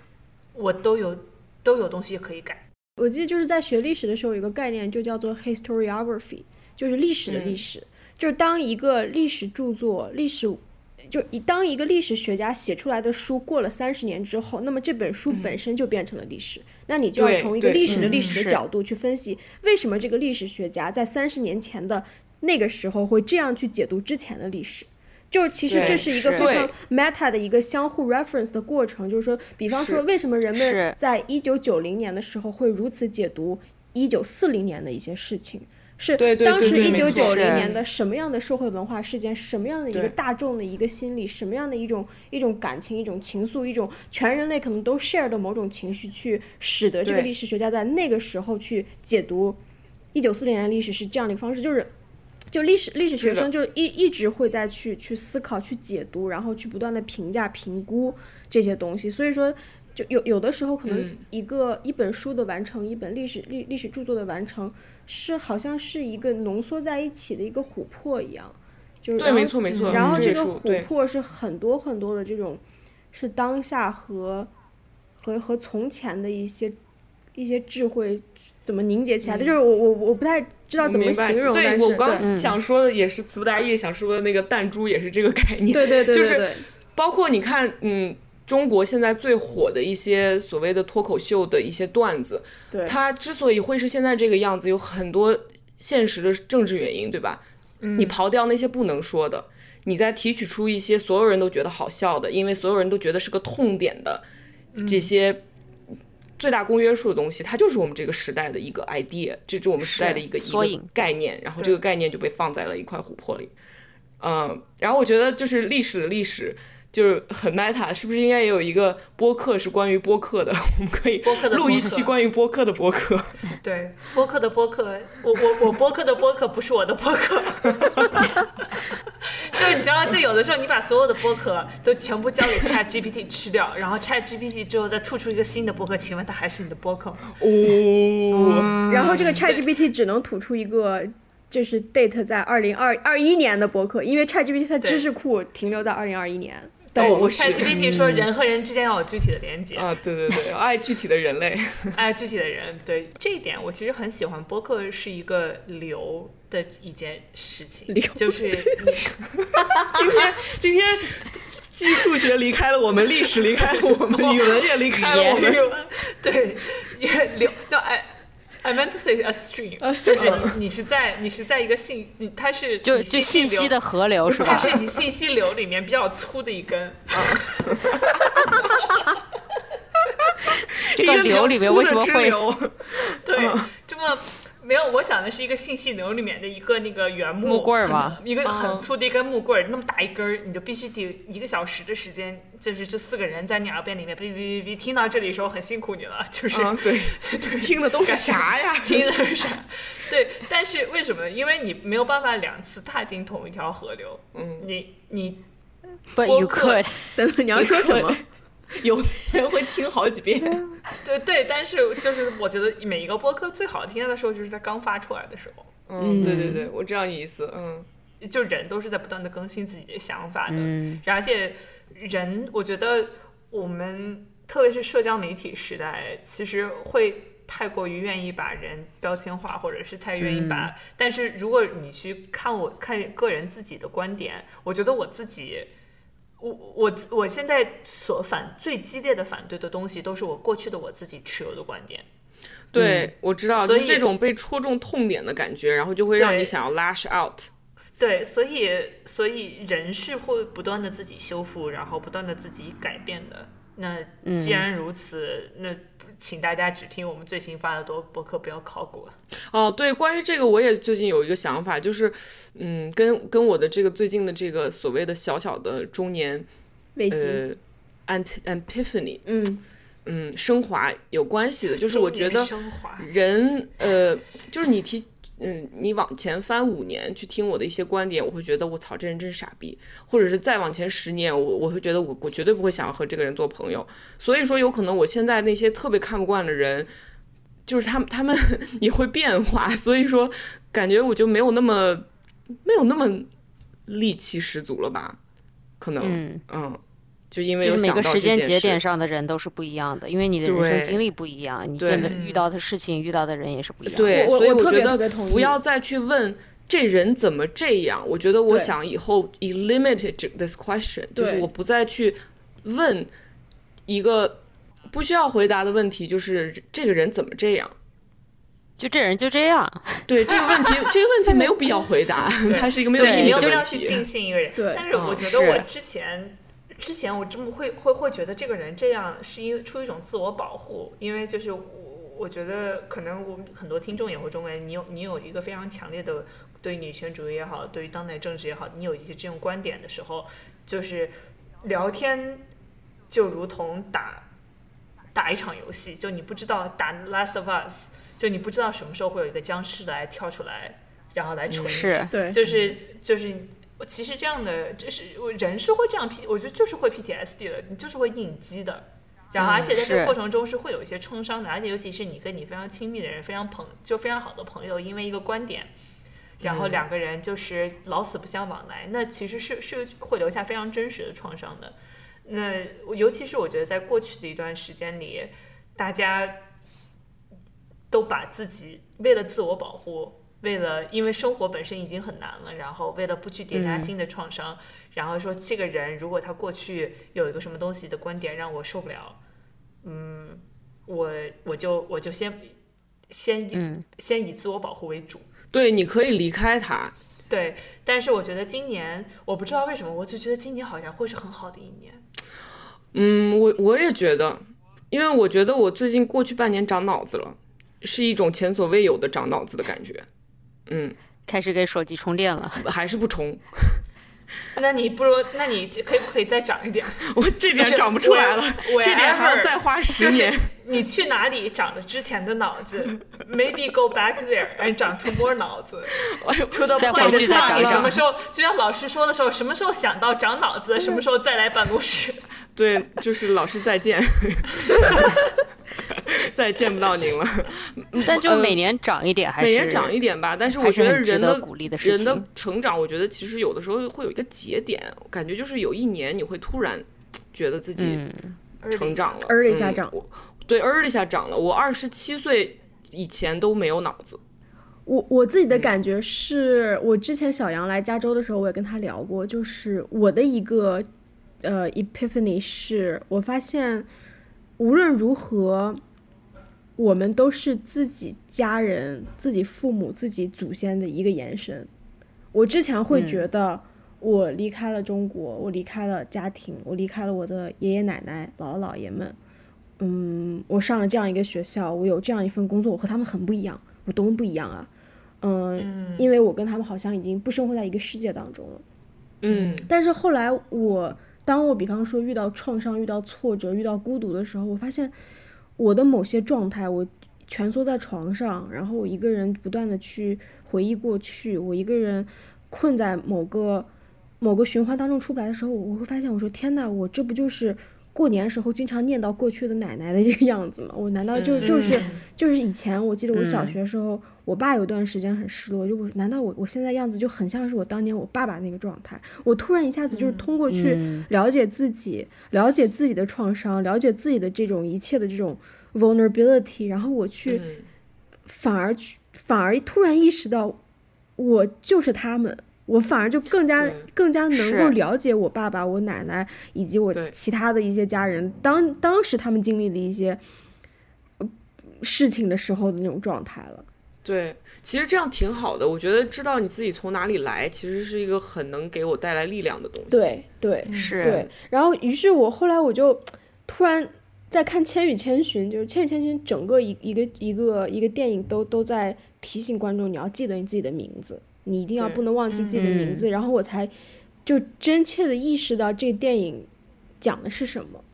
B: 我都有都有东西可以改。
D: 我记得就是在学历史的时候，有个概念就叫做 historiography，就是历史
A: 嗯
D: 的历史，就是当一个历史著作、历史。就一当一个历史学家写出来的书过了三十年之后，那么这本书本身就变成了历史。那你就要
A: 嗯对
D: 从一个
A: 对
D: 历史的
C: 嗯
D: 历史
C: 是
D: 的角度去分析，为什么这个历史学家在三十年前的那个时候会这样去解读之前的历史。就是其实
A: 对
D: 这是一
A: 是
D: 个非常
A: 对
D: meta 的一个相互 reference 的过程，就是说，比方说
A: 是
D: 为什么人们
C: 是
D: 在一九九零年的时候会如此解读一九四零年的一些事情，是
A: 对对
D: 当
A: 对
D: 时
A: 对
D: 一
A: 没
D: 九
A: 错
D: 九零
C: 是
D: 年的什么样的社会文化事件，什么样的一个
A: 对
D: 大众的一个心理，什么样的一种一种感情、一种情愫、一种全人类可能都 share 的某种情绪，去使得这个
A: 对
D: 历史学家在那个时候去解读一九四零年的历史是这样的一个方式，就是。就历史历史学
A: 是的
D: 生就一一直会在去去思考、去解读，然后去不断的评价、评估这些东西。所以说，就有有的时候可能
A: 嗯
D: 一个、一本书的完成，一本历史历历史著作的完成，是好像是一个浓缩在一起的一个琥珀一样，就是
A: 对，
D: 然后
A: 没错，没错。
D: 然后
A: 嗯
D: 这
A: 也
D: 个
A: 是我
D: 琥
A: 对
D: 珀是很多很多的这种，是当下和和和从前的一些一些智慧怎么凝结起来的，就是我我我不太知道
A: 嗯我
D: 怎么
A: 明白
D: 形容，但
A: 对
D: 是
A: 我刚
D: 对
A: 想说的也是词不达意，想说的那个弹珠也是这个概念。
D: 对对对
A: 就
D: 对
A: 是
D: 对，
A: 包括你看，嗯，中国现在最火的一些所谓的脱口秀的一些段子，
D: 对
A: 它之所以会是现在这个样子，有很多现实的政治原因，对吧？你刨掉那些不能说的，你再提取出一些所有人都觉得好笑的，因为所有人都觉得是个痛点的这些。最大公约数的东西，它就是我们这个时代的一个 idea，这是我们时代的一个
C: 是
A: 一
C: 缩
A: 个
C: 影
A: 概念，然后这个概念就被放在了一块琥珀里。嗯，然后我觉得就是历史的历史，就是很 meta，是不是应该也有一个播客是关于播客的？我们可以
B: 播客的播客
A: 录一期关于播客的播客。
B: 对，播客的播客，我我我播客的播客不是我的播客， 就是你知道，就有的时候你把所有的播客都全部交给 Chat GPT 吃掉，然后 Chat GPT 之后再吐出一个新的播客，请问它还是你的播客吗？
A: 哦，
D: 然后这个 ChatGPT 只能吐出一个，就是 date 在二零二二一年的博客，因为 ChatGPT 它
B: 对
D: 知识库停留在二零二一年。
A: 哦我是
B: Chat GPT 说人和人之间要有具体的连接，
A: 啊，对对对，爱具体的人 类。
B: 爱具体的人。对这一点，我其实很喜欢播客是一个流的一件事 情，
D: 流
B: 就是
A: 今天今天既数学离开了我们，历史离开了我们，语文也离开了我
B: 你
A: 们。
B: 对也流。No, I I meant to say a stream，就是
C: 嗯
B: 你你是在你是在一个信，你它是
C: 就
B: 你
C: 就信
B: 流
C: 息的河流是
B: 它
C: 吧？
B: 是你信息流里面比较粗的一根，
C: 这个流里面为什么会？
B: 对，
C: 嗯
B: 这么没有，我想的是一个信息流里面的一个那个原木
C: 木棍儿
B: 很
C: 吧
B: 一个
A: 嗯
B: 很粗的一根木棍儿，那么大一根儿，你就必须得一个小时的时间，就是这四个人在你耳边里面哔哔哔哔，听到这里的时候很辛苦你了，就是、
A: 啊，对，
B: 对
A: 听的都是啥 呀？
B: 听的是啥？对，但是为什么呢？因为你没有办法两次踏进同一条河流，嗯，你你
C: But
B: 播
C: you
B: 客
C: could，
D: 等等，你要说
A: 呃
D: 什么？
A: 有的人会听好几遍。
B: 对对，但是就是我觉得每一个播客最好听的时候就是它刚发出来的时候。
A: 嗯，对对对，我知道你意思。嗯，
B: 就人都是在不断的更新自己的想法的，
C: 嗯
B: 而且人，我觉得我们特别是社交媒体时代，其实会太过于愿意把人标签化，或者是太愿意把。但是如果你去看我看个人自己的观点，我觉得我自己。我我我现在所反最激烈的反对的东西，都是我过去的我自己持有的观点。
A: 对，我知道，
B: 嗯所
A: 就
B: 以
A: 是这种被戳中痛点的感觉，然后就会让
B: 对
A: 你想要 lash out。
B: 对，所以所以人是会不断的自己修复，然后不断的自己改变的。那
C: 嗯
A: 嗯
B: 既然如此，那请大家只听我们最新发的多博客，不要考古了。
A: 哦，对，关于这个，我也最近有一个想法，就是，嗯，跟跟我的这个最近的这个所谓的小小的中年
D: 危机。
A: 呃 ant epiphany，
D: 嗯，
A: 嗯，升华有关系的，就是我觉
B: 中
A: 得
B: 年升华，
A: 人呃，就是你提。嗯，你往前翻五年去听我的一些观点，我会觉得我操，这人真傻逼，或者是再往前十年，我我会觉得我我绝对不会想要和这个人做朋友。所以说，有可能我现在那些特别看不惯的人，就是他们他们也会变化，所以说感觉我就没有那么没有那么力气十足了吧？可能
C: 嗯，
A: 就因为
C: 就
A: 有
C: 是每
A: 想
C: 个
A: 到这
C: 时
A: 件
C: 间节
A: 事
C: 点上的人都是不一样的，因为你的人
A: 对
C: 生经历不一样，你
A: 对
C: 见的遇到的事情、遇到的人也是不一样的。
A: 对，
D: 我我
A: 所以
D: 我特
A: 觉
D: 别
A: 得
D: 特别同意
A: 不要再去问这人怎么这样。我觉得我
D: 对
A: 想以后 eliminate th- this question，就是
D: 对
A: 我不再去问一个不需要回答的问题，就是这个人怎么这样。
C: 就这人就这样，
A: 对这个问题，这个问题没有必要回 答，它是一个没有
C: 对
A: 意
B: 没
A: 义
B: 有
A: 的
B: 必要
A: 问
B: 去
A: 题。
B: 定性一个人。
D: 对
B: 但是我
A: 嗯
B: 觉得我
C: 是
B: 之前。之前我这么会会会觉得这个人这样是因为出于一种自我保护，因为就是我我觉得可能我们很多听众也会中文，你有你有一个非常强烈的对女权主义也好，对于当代政治也好，你有一些这种观点的时候，就是聊天就如同打打一场游戏，就你不知道打 Last of Us，就你不知道什么时候会有一个僵尸来跳出来，然后来锤你。
C: 是
D: 对，
B: 就是就是，其实这样的，这是我人是会这样 P，我觉得就是会 PTSD 的，你就是会应激的。然后，而且在这个
C: 是
B: 过程中是会有一些创伤的，而且尤其是你跟你非常亲密的人、非常朋就非常好的朋友，因为一个观点，然后两个人就是老死不相往来，那其实是是会留下非常真实的创伤的。那尤其是我觉得在过去的一段时间里，大家都把自己为了自我保护，为了因为生活本身已经很难了，然后为了不去叠加新的创伤，然后说这个人如果他过去有一个什么东西的观点让我受不了，嗯，我我就我就先先以、先以自我保护为主。
A: 对，你可以离开他。
B: 对，但是我觉得今年我不知道为什么，我就觉得今年好像会是很好的一年。
A: 嗯，我我也觉得，因为我觉得我最近过去半年长脑子了，是一种前所未有的长脑子的感觉，
C: 开始给手机充电了。
A: 还是不冲。
B: 那你不如，那你可以不可以再长一点？
A: 我这点长不出来了，
B: 就是
A: 这点还要再花十年。
B: 就是你去哪里长了之前的脑子 ？Maybe go back there and 长出 more 脑子。to the
C: 再
B: point，
C: 回去
B: 知
C: 再
B: 道
C: 长
B: 你
C: 一
B: 什
C: 长
B: 么时候，就像老师说的时候，什么时候想到长脑子，什么时候再来办公室。
A: 对，就是老师再见，再也见不到您了。
C: 但就每年长一点
A: 嗯
C: 还是
A: 呃每年长一点吧，但是我
C: 还是
A: 觉得
C: 很值
A: 人
C: 得
A: 的
C: 鼓励的事
A: 人的
C: 情
A: 成长，我觉得其实有的时候会有一个节点，感觉就是有一年你会突然觉得自
C: 嗯
A: 己成长了，
D: 嗯，early
A: 嗯
D: 下长
A: 我对 early 下长了。我二十七岁以前都没有脑子，
D: 我我自己的感觉是，我之前小杨来加州的时候，我也跟他聊过，就是我的一个呃 epiphany 是我发现，无论如何，我们都是自己家人、自己父母、自己祖先的一个延伸。我之前会觉得，我离开了中国，我离开了家庭，我离开了我的爷爷奶奶、姥姥姥爷们，嗯，我上了这样一个学校，我有这样一份工作，我和他们很不一样，我多么不一样啊！嗯，因为我跟他们好像已经不生活在一个世界当中了。
A: 嗯
D: 但是后来我，当我比方说遇到创伤、遇到挫折、遇到孤独的时候，我发现我的某些状态，我蜷缩在床上，然后我一个人不断的去回忆过去，我一个人困在某个某个循环当中出不来的时候，我会发现，我说天呐，我这不就是过年时候经常念叨过去的奶奶的这个样子吗？我难道就就是就是以前我记得我小学时候，我爸有段时间很失落，就我难道我我现在样子就很像是我当年我爸爸那个状态？我突然一下子就是通过去了解自己，了解自己的创伤，了解自己的这种一切的这种 vulnerability，然后我去
A: 嗯
D: 反而去反而突然意识到，我就是他们，我反而就更加
A: 对
D: 更加能够
C: 是
D: 了解我爸爸、我奶奶以及我
A: 对
D: 其他的一些家人，当当时他们经历的一些呃事情的时候的那种状态了。
A: 对，其实这样挺好的。我觉得知道你自己从哪里来，其实是一个很能给我带来力量的东西。，
D: 对
A: 嗯
C: 是
D: 对，然后于是我后来我就突然在看《千与千寻》，就是《千与千寻》整个一一个一个一个电影都都在提醒观众，你要记得你自己的名字，你一定要
A: 对
D: 不能忘记自己的名
C: 嗯
D: 字。然后我才就真切的意识到这个电影讲的是什么。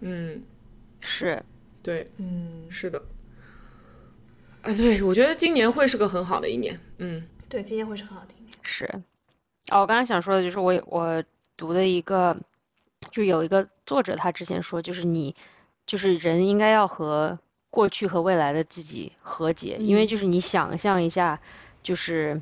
A: 嗯，
C: 是
A: 对，
B: 嗯，
A: 是的。啊，对，我觉得今年会是个很好的一年。嗯
B: 对，今年会是很好的一年。
C: 是，哦，我刚才想说的就是我我读的一个，就有一个作者他之前说，就是你，就是人应该要和过去和未来的自己和解，因为
D: 嗯
C: 就是你想象一下，就是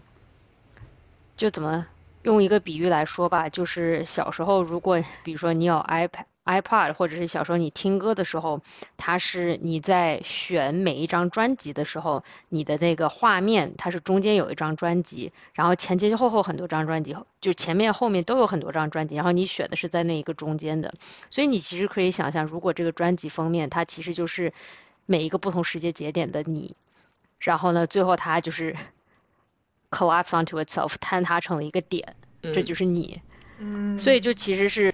C: 就怎么用一个比喻来说吧，就是小时候如果比如说你有 iPad。iPod，或者是小时候你听歌的时候，它是你在选每一张专辑的时候，你的那个画面，它是中间有一张专辑，然后前前后后很多张专辑，就前面后面都有很多张专辑，然后你选的是在那一个中间的，所以你其实可以想象，如果这个专辑封面它其实就是每一个不同时间节点的你，然后呢，最后它就是 collapse onto itself，坍塌成了一个点，这就是你。
B: 嗯，
C: 所以就其实是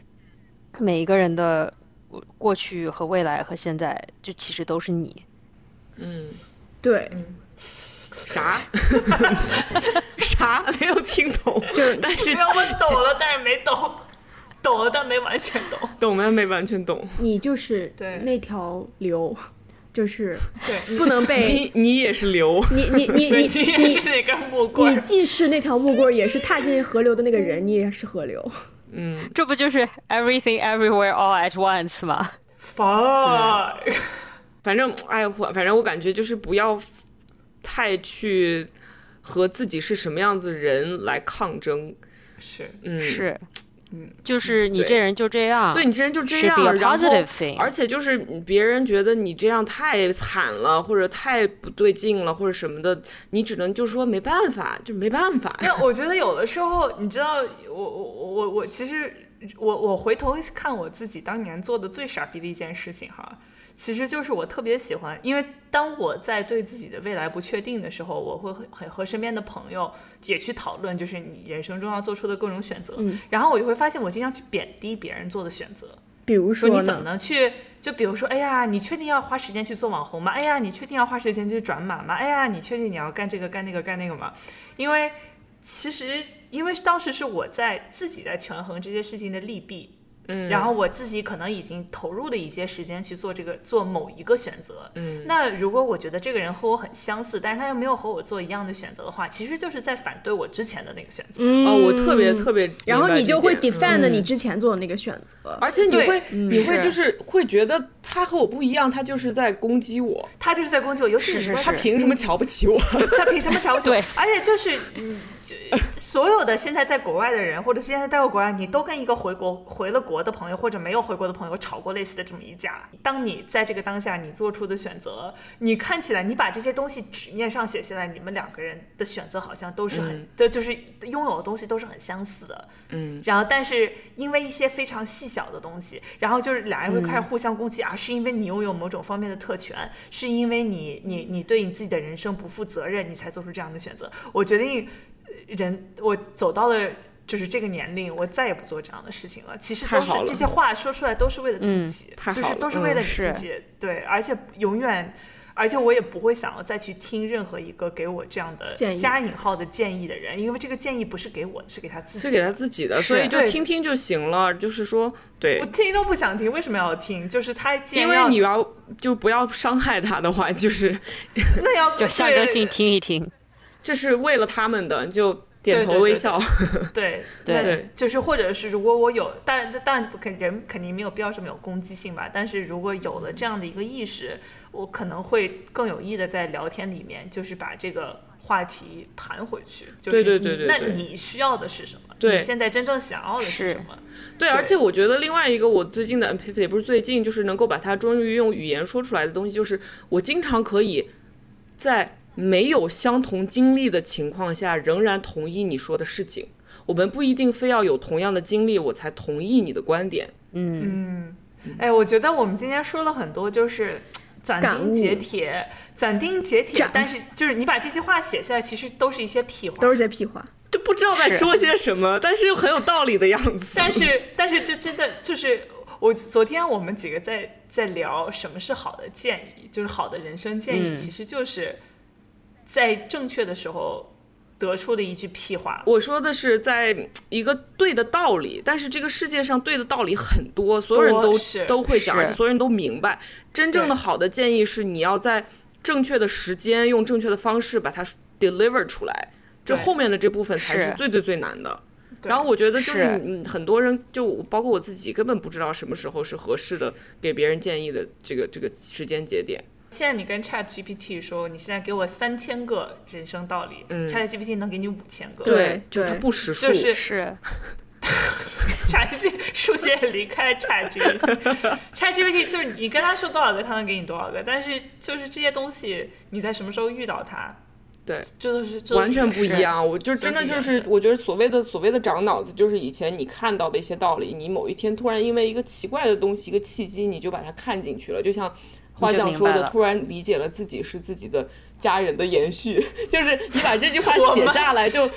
C: 每一个人的呃过去和未来和现在，就其实都是你。
A: 嗯，
D: 对，
A: 啥？ 啥？ 没有听懂，就但是
B: 没 有，我懂了，但是没懂，懂了但没完全懂。
A: 懂吗？没完全懂。
D: 你就是
B: 对
D: 那条流，就是
B: 对，
D: 不能被
A: 你你也是流，
D: 你你 你
B: 对
D: 你
B: 你也
D: 你
B: 是那根木棍
D: 你
B: 儿。
D: 既是那条木棍儿，也是踏进河流的那个人，你也是河流。
C: 这不就是 everything everywhere all at once 吗？
B: Fuck，
A: 反正哎，我反正我感觉就是不要太去和自己是什么样子的人来抗争。
B: 是
A: 嗯，
C: 是，就是你这
A: 对
C: 人就这样，
A: 对你这人就这
C: Should be
A: 样，
C: a
A: 然
C: positive
A: 后
C: thing
A: 而且就是别人觉得你这样太惨了，或者太不对劲了，或者什么的，你只能就说没办法，就没办法。
B: 那我觉得有的时候，你知道，我我我我其实我我回头看我自己当年做的最傻逼的一件事情哈，其实就是我特别喜欢，因为当我在对自己的未来不确定的时候，我会很很和身边的朋友也去讨论，就是你人生中要做出的各种选择，然后我就会发现我经常去贬低别人做的选择，
D: 比如
B: 说
D: 说
B: 你怎么
D: 呢？
B: 能去？就比如说，哎呀，你确定要花时间去做网红吗？哎呀，你确定要花时间去转码吗？哎呀，你确定你要干这个干那个干那个吗？因为其实因为当时是我在自己在权衡这些事情的利弊，嗯，然后我自己可能已经投入了一些时间去做这个做某一个选择，嗯，那如果我觉得这个人和我很相似，但是他又没有和我做一样的选择的话，其实就是在反对我之前的那个选择，
A: 哦，我特别特别明白这点，
D: 然后你就会
A: 嗯
D: defend 你之前做的那个选择。
A: 而且你
B: 对
A: 会，你会
C: 是
A: 嗯就是会觉得他和我不一样，他就是在攻击我，
B: 他就是在攻击我，尤其
C: 是是
B: 你说
A: 他凭什么瞧不起我？
B: 他凭什么瞧不起？
C: 对，
B: 而且就是，嗯，就所有的现在在国外的人，或者现在待过国外，你都跟一个回国回了国的朋友，或者没有回国的朋友吵过类似的这么一架。当你在这个当下，你做出的选择，你看起来，你把这些东西纸面上写下来，你们两个人的选择好像都是很，对，就是拥有的东西都是很相似的。嗯，然后但是因为一些非常细小的东西，然后就是俩人会
A: 嗯
B: 开始互相攻击、啊，是因为你拥有某种方面的特权，是因为你你你对你自己的人生不负责任，你才做出这样的选择。我决定，呃人我走到了。就是这个年龄，我再也不做这样的事情了。其实
A: 太
B: 都是
A: 好了
B: 这些话说出来都是为了自己，
A: 太好
B: 就
A: 了
B: 是都是为
A: 嗯
B: 了你
C: 是
B: 自己。对，而且永远，而且我也不会想要再去听任何一个给我这样的
D: 建议
B: 加引号的建议的人，因为这个建议不是给我，是给他自己
A: 是
B: 的。
A: 给他自己的，
C: 是
A: 所以就
B: 对
A: 听听就行了。就是说，对
B: 我，听都不想听，为什么要听？就是他既然
A: 因为
B: 要
A: 你要就不要伤害他的话，就是
B: 那要
C: 就象征性
B: 对
C: 听一听，
A: 这是为了他们的，就点
B: 对
A: 头
B: 对
A: 微
B: 对
A: 笑。
B: 对
C: 对
A: 对
B: 那就是或者是如果我有，但但不肯人肯定没有必要这么有攻击性吧。但是如果有了这样的一个意识，我可能会更有意的在聊天里面，就是把这个话题盘回去。就是
A: 对对
B: 你
A: 对对
B: 那
A: 对
B: 你需要的是什么？
A: 对
B: 你现在真正想要的是
C: 是
B: 什么？
A: 对，而且我觉得另外一个我最近的 e p i p h 也不是最近，就是能够把它终于用语言说出来的东西，就是我经常可以在没有相同经历的情况下，仍然同意你说的事情。我们不一定非要有同样的经历，我才同意你的观点。
C: 嗯，
B: 哎，我觉得我们今天说了很多，就是斩
D: 感
B: 钉
D: 悟
B: 截铁，斩钉截铁
D: 斩。
B: 但是就是你把这些话写下来，其实都是一些屁话。
D: 都是些屁话，
A: 就不知道在
C: 是
A: 说些什么，但是又很有道理的样 子。
B: 但是但是这真的就是我昨天我们几个在在聊什么是好的建议，就是好的人生建议，
C: 嗯
B: 其实就是在正确的时候得出的一句屁话。
A: 我说的是在一个对的道理，但是这个世界上对的道理很多，所有人都
B: 多是
A: 都会讲，
C: 是
A: 而且所有人都明白。真正的
B: 对
A: 好的建议是你要在正确的时间，用正确的方式把它 deliver 出来。这
B: 对
A: 后面的这部分才是
C: 是
A: 最最最难的。
B: 对
A: 然后我觉得就是
C: 是
A: 嗯，很多人就包括我自己，根本不知道什么时候是合适的给别人建议的这个这个时间节点。
B: 现在你跟 Chat GPT 说，你现在给我三千个人生道理、c
A: 嗯
B: h a t GPT 能给你五千个。
D: 对
A: 就是它
D: 对
A: 不识数，
B: 就是
C: 是
B: ChatG 数学离开 ChatGPT，ChatGPT 就是你跟他说多少个，他能给你多少个。但是就是这些东西，你在什么时候遇到它，
A: 对，
B: 这都是这都是
A: 完全不一
B: 事。
A: 样。我就真的就
B: 就
A: 是是
B: 这，
A: 我觉得所谓的所谓的长脑子，就是以前你看到的一些道理，你某一天突然因为一个奇怪的东西、一个契机，你就把它看进去了。就像花
C: 就
A: 匠
C: 明
A: 说
C: 白
A: 的，
C: 了
A: 突然理解了自己是自己的家人的延续，就是你把这句话
B: 我
A: 写
B: 们
A: 下来就，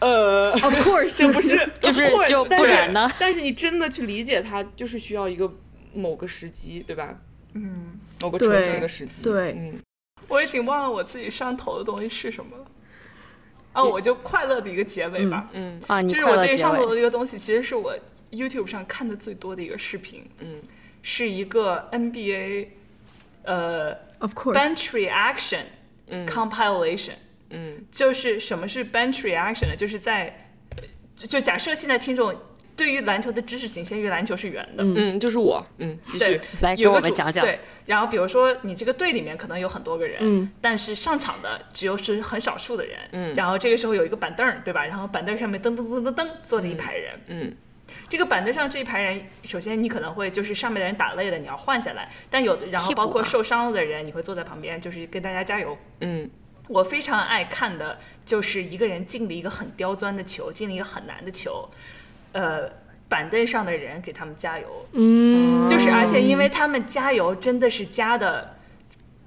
A: 呃。
D: of course
A: 这不是，
C: 就是
A: of course，
C: 就
A: 但是
C: 不然呢
A: 但是你真的去理解它，就是需要一个某个时机，对吧？
B: 嗯，
A: 某个
D: 对
A: 成熟的时机。
D: 对
A: 嗯，
B: 我已经忘了我自己上头的东西是什么了。啊，我就快乐的一个结尾吧。
A: 嗯
C: 啊，你
B: 就是
C: 快
B: 我
C: 乐
B: 最近
C: 结
B: 上头
C: 尾，
B: 的一个东西，其实是我 YouTube 上看的最多的一个视频。
A: 嗯，
B: 是一个 NBA 呃
D: of course，
B: bench reaction
A: 嗯
B: compilation。
A: 嗯
B: 就是什么是 bench reaction 呢？就是在就就假设现在听众对于篮球的知识仅限于篮球是圆的，
A: 嗯，就是我，嗯，继续
B: 对，，
C: 来
B: 有
C: 给
B: 个
C: 我们
B: 主
C: 讲讲
B: 对，然后比如说你这个队里面可能有很多个人，
D: 嗯，
B: 但是上场的只有是很少数的人，嗯，然后这个时候有一个板凳儿，对吧？然后板凳上面噔噔噔噔噔坐着一排人，
A: 嗯
B: 这个板凳上这一排人，首先你可能会就是上面的人打累了，你要换下来，但有的然后
C: 替补
B: 包括
C: 嘛
B: 受伤了的人，你会坐在旁边，就是跟大家加油，
A: 嗯。
B: 我非常爱看的就是一个人进了一个很刁钻的球，进了一个很难的球，呃，板凳上的人给他们加油，
D: 嗯，
B: 就是而且因为他们加油真的是加的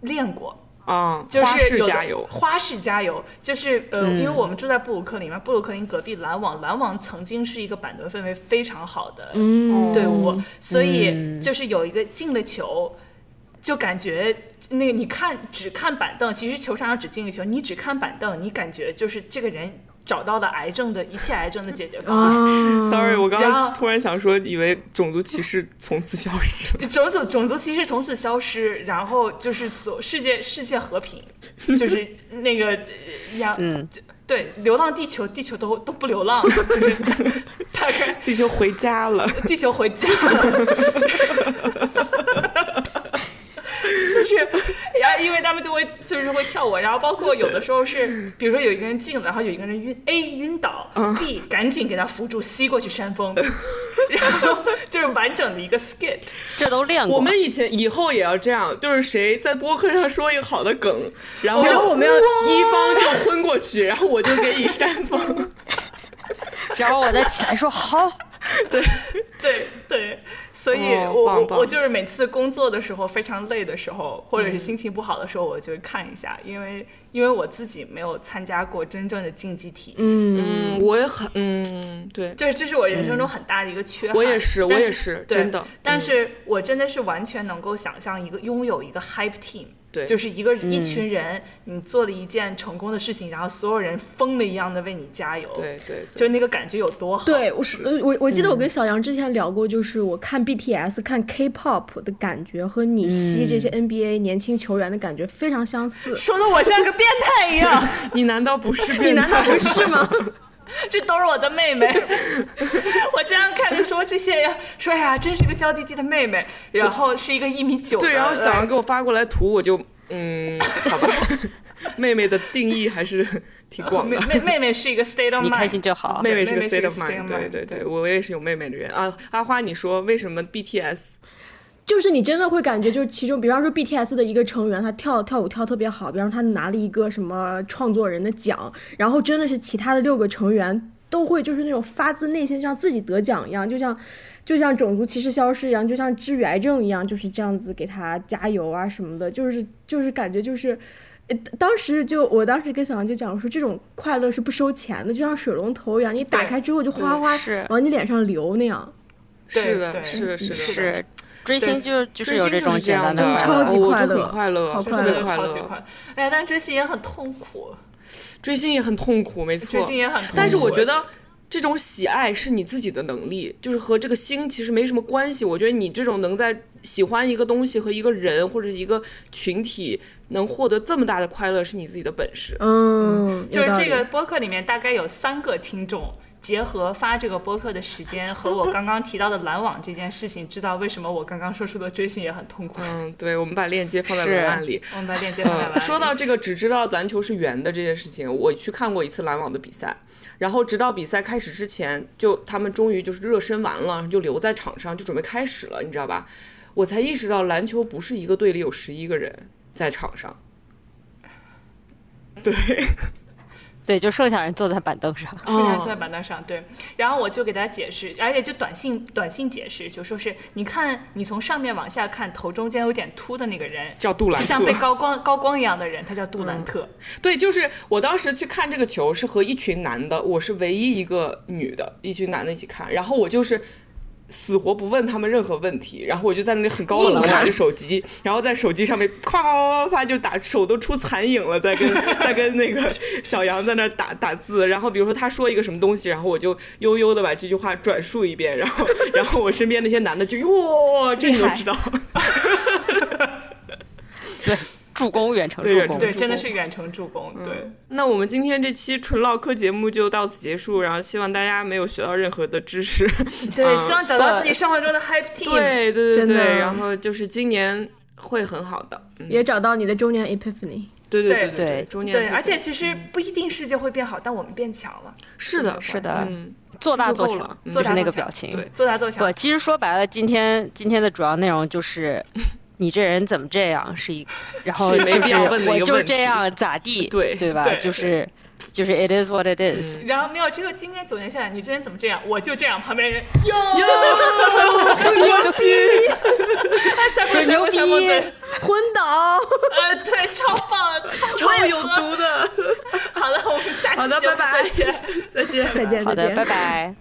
B: 练过，
A: 啊，
B: 就
A: 花
B: 是
A: 式
B: 有的
A: 加油，
B: 花式加油，就是呃，因为我们住在布鲁克林嘛，布鲁克林隔壁篮网，篮网曾经是一个板凳氛围非常好的，
D: 嗯
B: 队伍，所以
C: 嗯
B: 就是有一个进了球，就感觉那个你看只看板凳，其实球场上只进一个球，你只看板凳，你感觉就是这个人找到了癌症的一切癌症的解决方案。
D: 啊
A: Sorry，我刚
B: 然后
A: 刚突嗯然想说，以为种族歧视从此消失。
B: 种族种族歧视从此消失，然后就是所世界世界和平，就是那个呃呀，
C: 嗯
B: 就对，流浪地球，地球都都不流浪，就是 大概
A: 地球回家了，
B: 地球回家了。 就是，然后因为他们就会就是会跳舞，然后包括有的时候是，比如说有一个人进了，然后有一个人晕 A 晕倒，B 赶紧给他扶住，C 过去扇风， 然后就是完整的一个 skit。
C: 这都练过。
A: 我们以前以后也要这样，就是谁在播客上说一个好的梗，然后
D: 然后我们要
A: 一方就昏过去，然后我就给你扇风。
C: 然后我再起来说好，
B: 对对，所以
A: 哦
B: 我、
A: 棒
B: 我我
A: 棒嗯
B: 就是每次工作的时候非常累的时候，或者是心情不好的时候，我就会看一下，因为因为我自己没有参加过真正的竞技体育，
A: 嗯，我也很嗯，对，
B: 就是这是我人生中很大的一个缺
A: 嗯
B: 憾。
A: 我也是
B: 但
A: 我也
B: 是
A: 是，
B: 对
A: 真的嗯
B: 但是我真的是完全能够想象一个拥有一个 hype team。
A: 对嗯
B: 就是一个一群人，你做了一件成功的事情，然后所有人疯了一样的为你加油，
A: 对对
B: 就那个感觉有多好。
D: 对，我是呃我我记得我跟小杨之前聊过，就是我看 BTS、看 K-pop 的感觉和你吸这些 NBA 年轻球员的感觉非常相似。
B: 说的我像个变态一样。
A: 你难道不 是
D: 你
A: 变态？
D: 难道不 是吗？
B: 这都是我的妹 妹。我经常看着说这些呀，说哎呀，真是个娇滴滴的妹妹，然后是一个一米九的，
A: 对，然后小
B: 呃
A: 杨给我发过来图，我就嗯，好 吧，妹妹的定义还是挺广
B: 妹
A: 的。
B: 妹妹妹是一个 state of
C: 你
B: mind，
C: 开心就好。
A: 妹妹
B: 对
A: 是个
B: 妹妹是
A: state
B: 个
A: of
B: state
A: mind，
B: of
A: 对
B: mind，
A: 对对，
B: 对
A: 我也是有妹妹的人啊。阿花，你说为什么 BTS
D: 就是你真的会感觉，就是其中，比方说 BTS 的一个成员，他跳跳舞跳特别好，比方说他拿了一个什么创作人的奖，然后真的是其他的六个成员都会就是那种发自内心像自己得奖一样，就像就像种族歧视消失一样，就像治愈癌症一样，就是这样子给他加油啊什么的，就是就是感觉就是。呃当时就我当时跟小杨就讲我说，这种快乐是不收钱的，就像水龙头一样，你打
B: 对
D: 开之后就哗哗
C: 是
D: 往你脸上流那样。
B: 对
A: 是的，
B: 对
A: 是的，是的，
C: 嗯是追星就就是
A: 追
C: 有
A: 星就
C: 种
A: 是这
C: 简
A: 样
C: 单的
A: 的，
C: 快
D: 超
C: 乐
D: 级。
A: 我
D: 快
A: 就
D: 乐
A: 很快乐，
D: 好
A: 特
D: 快
A: 别
D: 乐
A: 快
B: 超级
A: 乐
B: 快。乐。哎呀，但追星也很痛苦，
A: 追星也很痛苦，没错，
B: 追星也很痛苦。
A: 但是我觉得这种喜爱是你自己的能力，就是和这个星其实没什么关系。我觉得你这种能在喜欢一个东西和一个人或者一个群体能获得这么大的快乐，是你自己的本事。
D: 嗯，
B: 就
D: 有
B: 是
D: 道
B: 这
D: 理
B: 个播客里面大概有三个听众。结合发这个播客的时间和我刚刚提到的拦网这件事情，知道为什么我刚刚说出的追星也很痛苦。
A: 嗯，对，我们把链接放在
C: 是
A: 文案里。
B: 我们把链接放在
A: 嗯，
B: 了。
A: 说到这个只知道篮球是圆的这件事情，我去看过一次篮网的比赛，然后直到比赛开始之前，就他们终于就是热身完了，就留在场上，就准备开始了，你知道吧？我才意识到篮球不是一个队里有十一个人在场上， 对，
C: 对，就剩下人坐在板凳上。
B: 是人坐在板凳上，对。然后我就给他解释，而且就短信短信解释，就说是你看，你从上面往下看，头中间有点秃的那个人，
A: 叫杜兰
B: 就像被
A: 特。
B: 高光高光一样的人，他叫杜兰特。
A: 对，就是我当时去看这个球是和一群男的，我是唯一一个女的，一群男的一起看，然后我就是。死活不问他们任何问题，然后我就在那里很高冷的拿着手机，然后在手机上面啪啪啪啪啪就打，手都出残影了，在跟在跟那个小杨在那儿打打字。然后比如说他说一个什么东西，然后我就悠悠的把这句话转述一遍，然后然后我身边那些男的就哟，这你都
C: 厉害
A: 知道，
C: 对，助攻远程
A: 对
C: 助
A: 远程
C: 攻。
B: 对，真的是远程助攻，对。
A: 那我们今天这期纯唠嗑节目就到此结束，然后希望大家没有学到任何的知识。
B: 对，希望找到
C: 对
B: 自己生活中的 hype team。
A: 对对对
D: 真
A: 对，
D: 的
A: 然后就是今年会很好的，嗯，
D: 也找到你的中年 epiphany。
A: 对对
B: 对
A: 对对，
C: 对
A: 中年
B: 对，
A: 会
B: 而且其实不一定世界会变好，但我们变强了，
A: 是的，
C: 是的，
A: 嗯，
C: 做大
A: 做
C: 做
A: 够
C: 强
A: 了，
C: 就
B: 做
C: 是
B: 大
C: 那
B: 做
C: 个
B: 强
C: 表情。
A: 对
B: 做大做强
C: 不，。其实说白了，今天今天的主要内容 就是，你这人怎么这样？是一，然后
A: 是没
C: 就
A: 必
C: 是
A: 要问的一
C: 我
A: 个
C: 就是
A: 问题
C: 这样咋地？
A: 对嗯
C: 对吧？
B: 对
C: 就是就是 it is what it is。
B: 然后没有这个今天总结下来，你之前怎么这样，我就这样。旁边人哟，
A: 我去，
B: 哎闪光
C: 很
B: 闪
C: 牛
B: 光
C: 逼
B: 闪光，对，
D: 昏倒，
B: 呃，对，超棒，超
A: 超
B: 配
A: 有
B: 合
A: 毒的，
B: 好了，我们下期
A: 好的
B: 节目
A: 拜拜 再
B: 再见。
A: 见，
D: 再见，
C: 好
D: 再
C: 的，
D: 见
C: 拜。拜。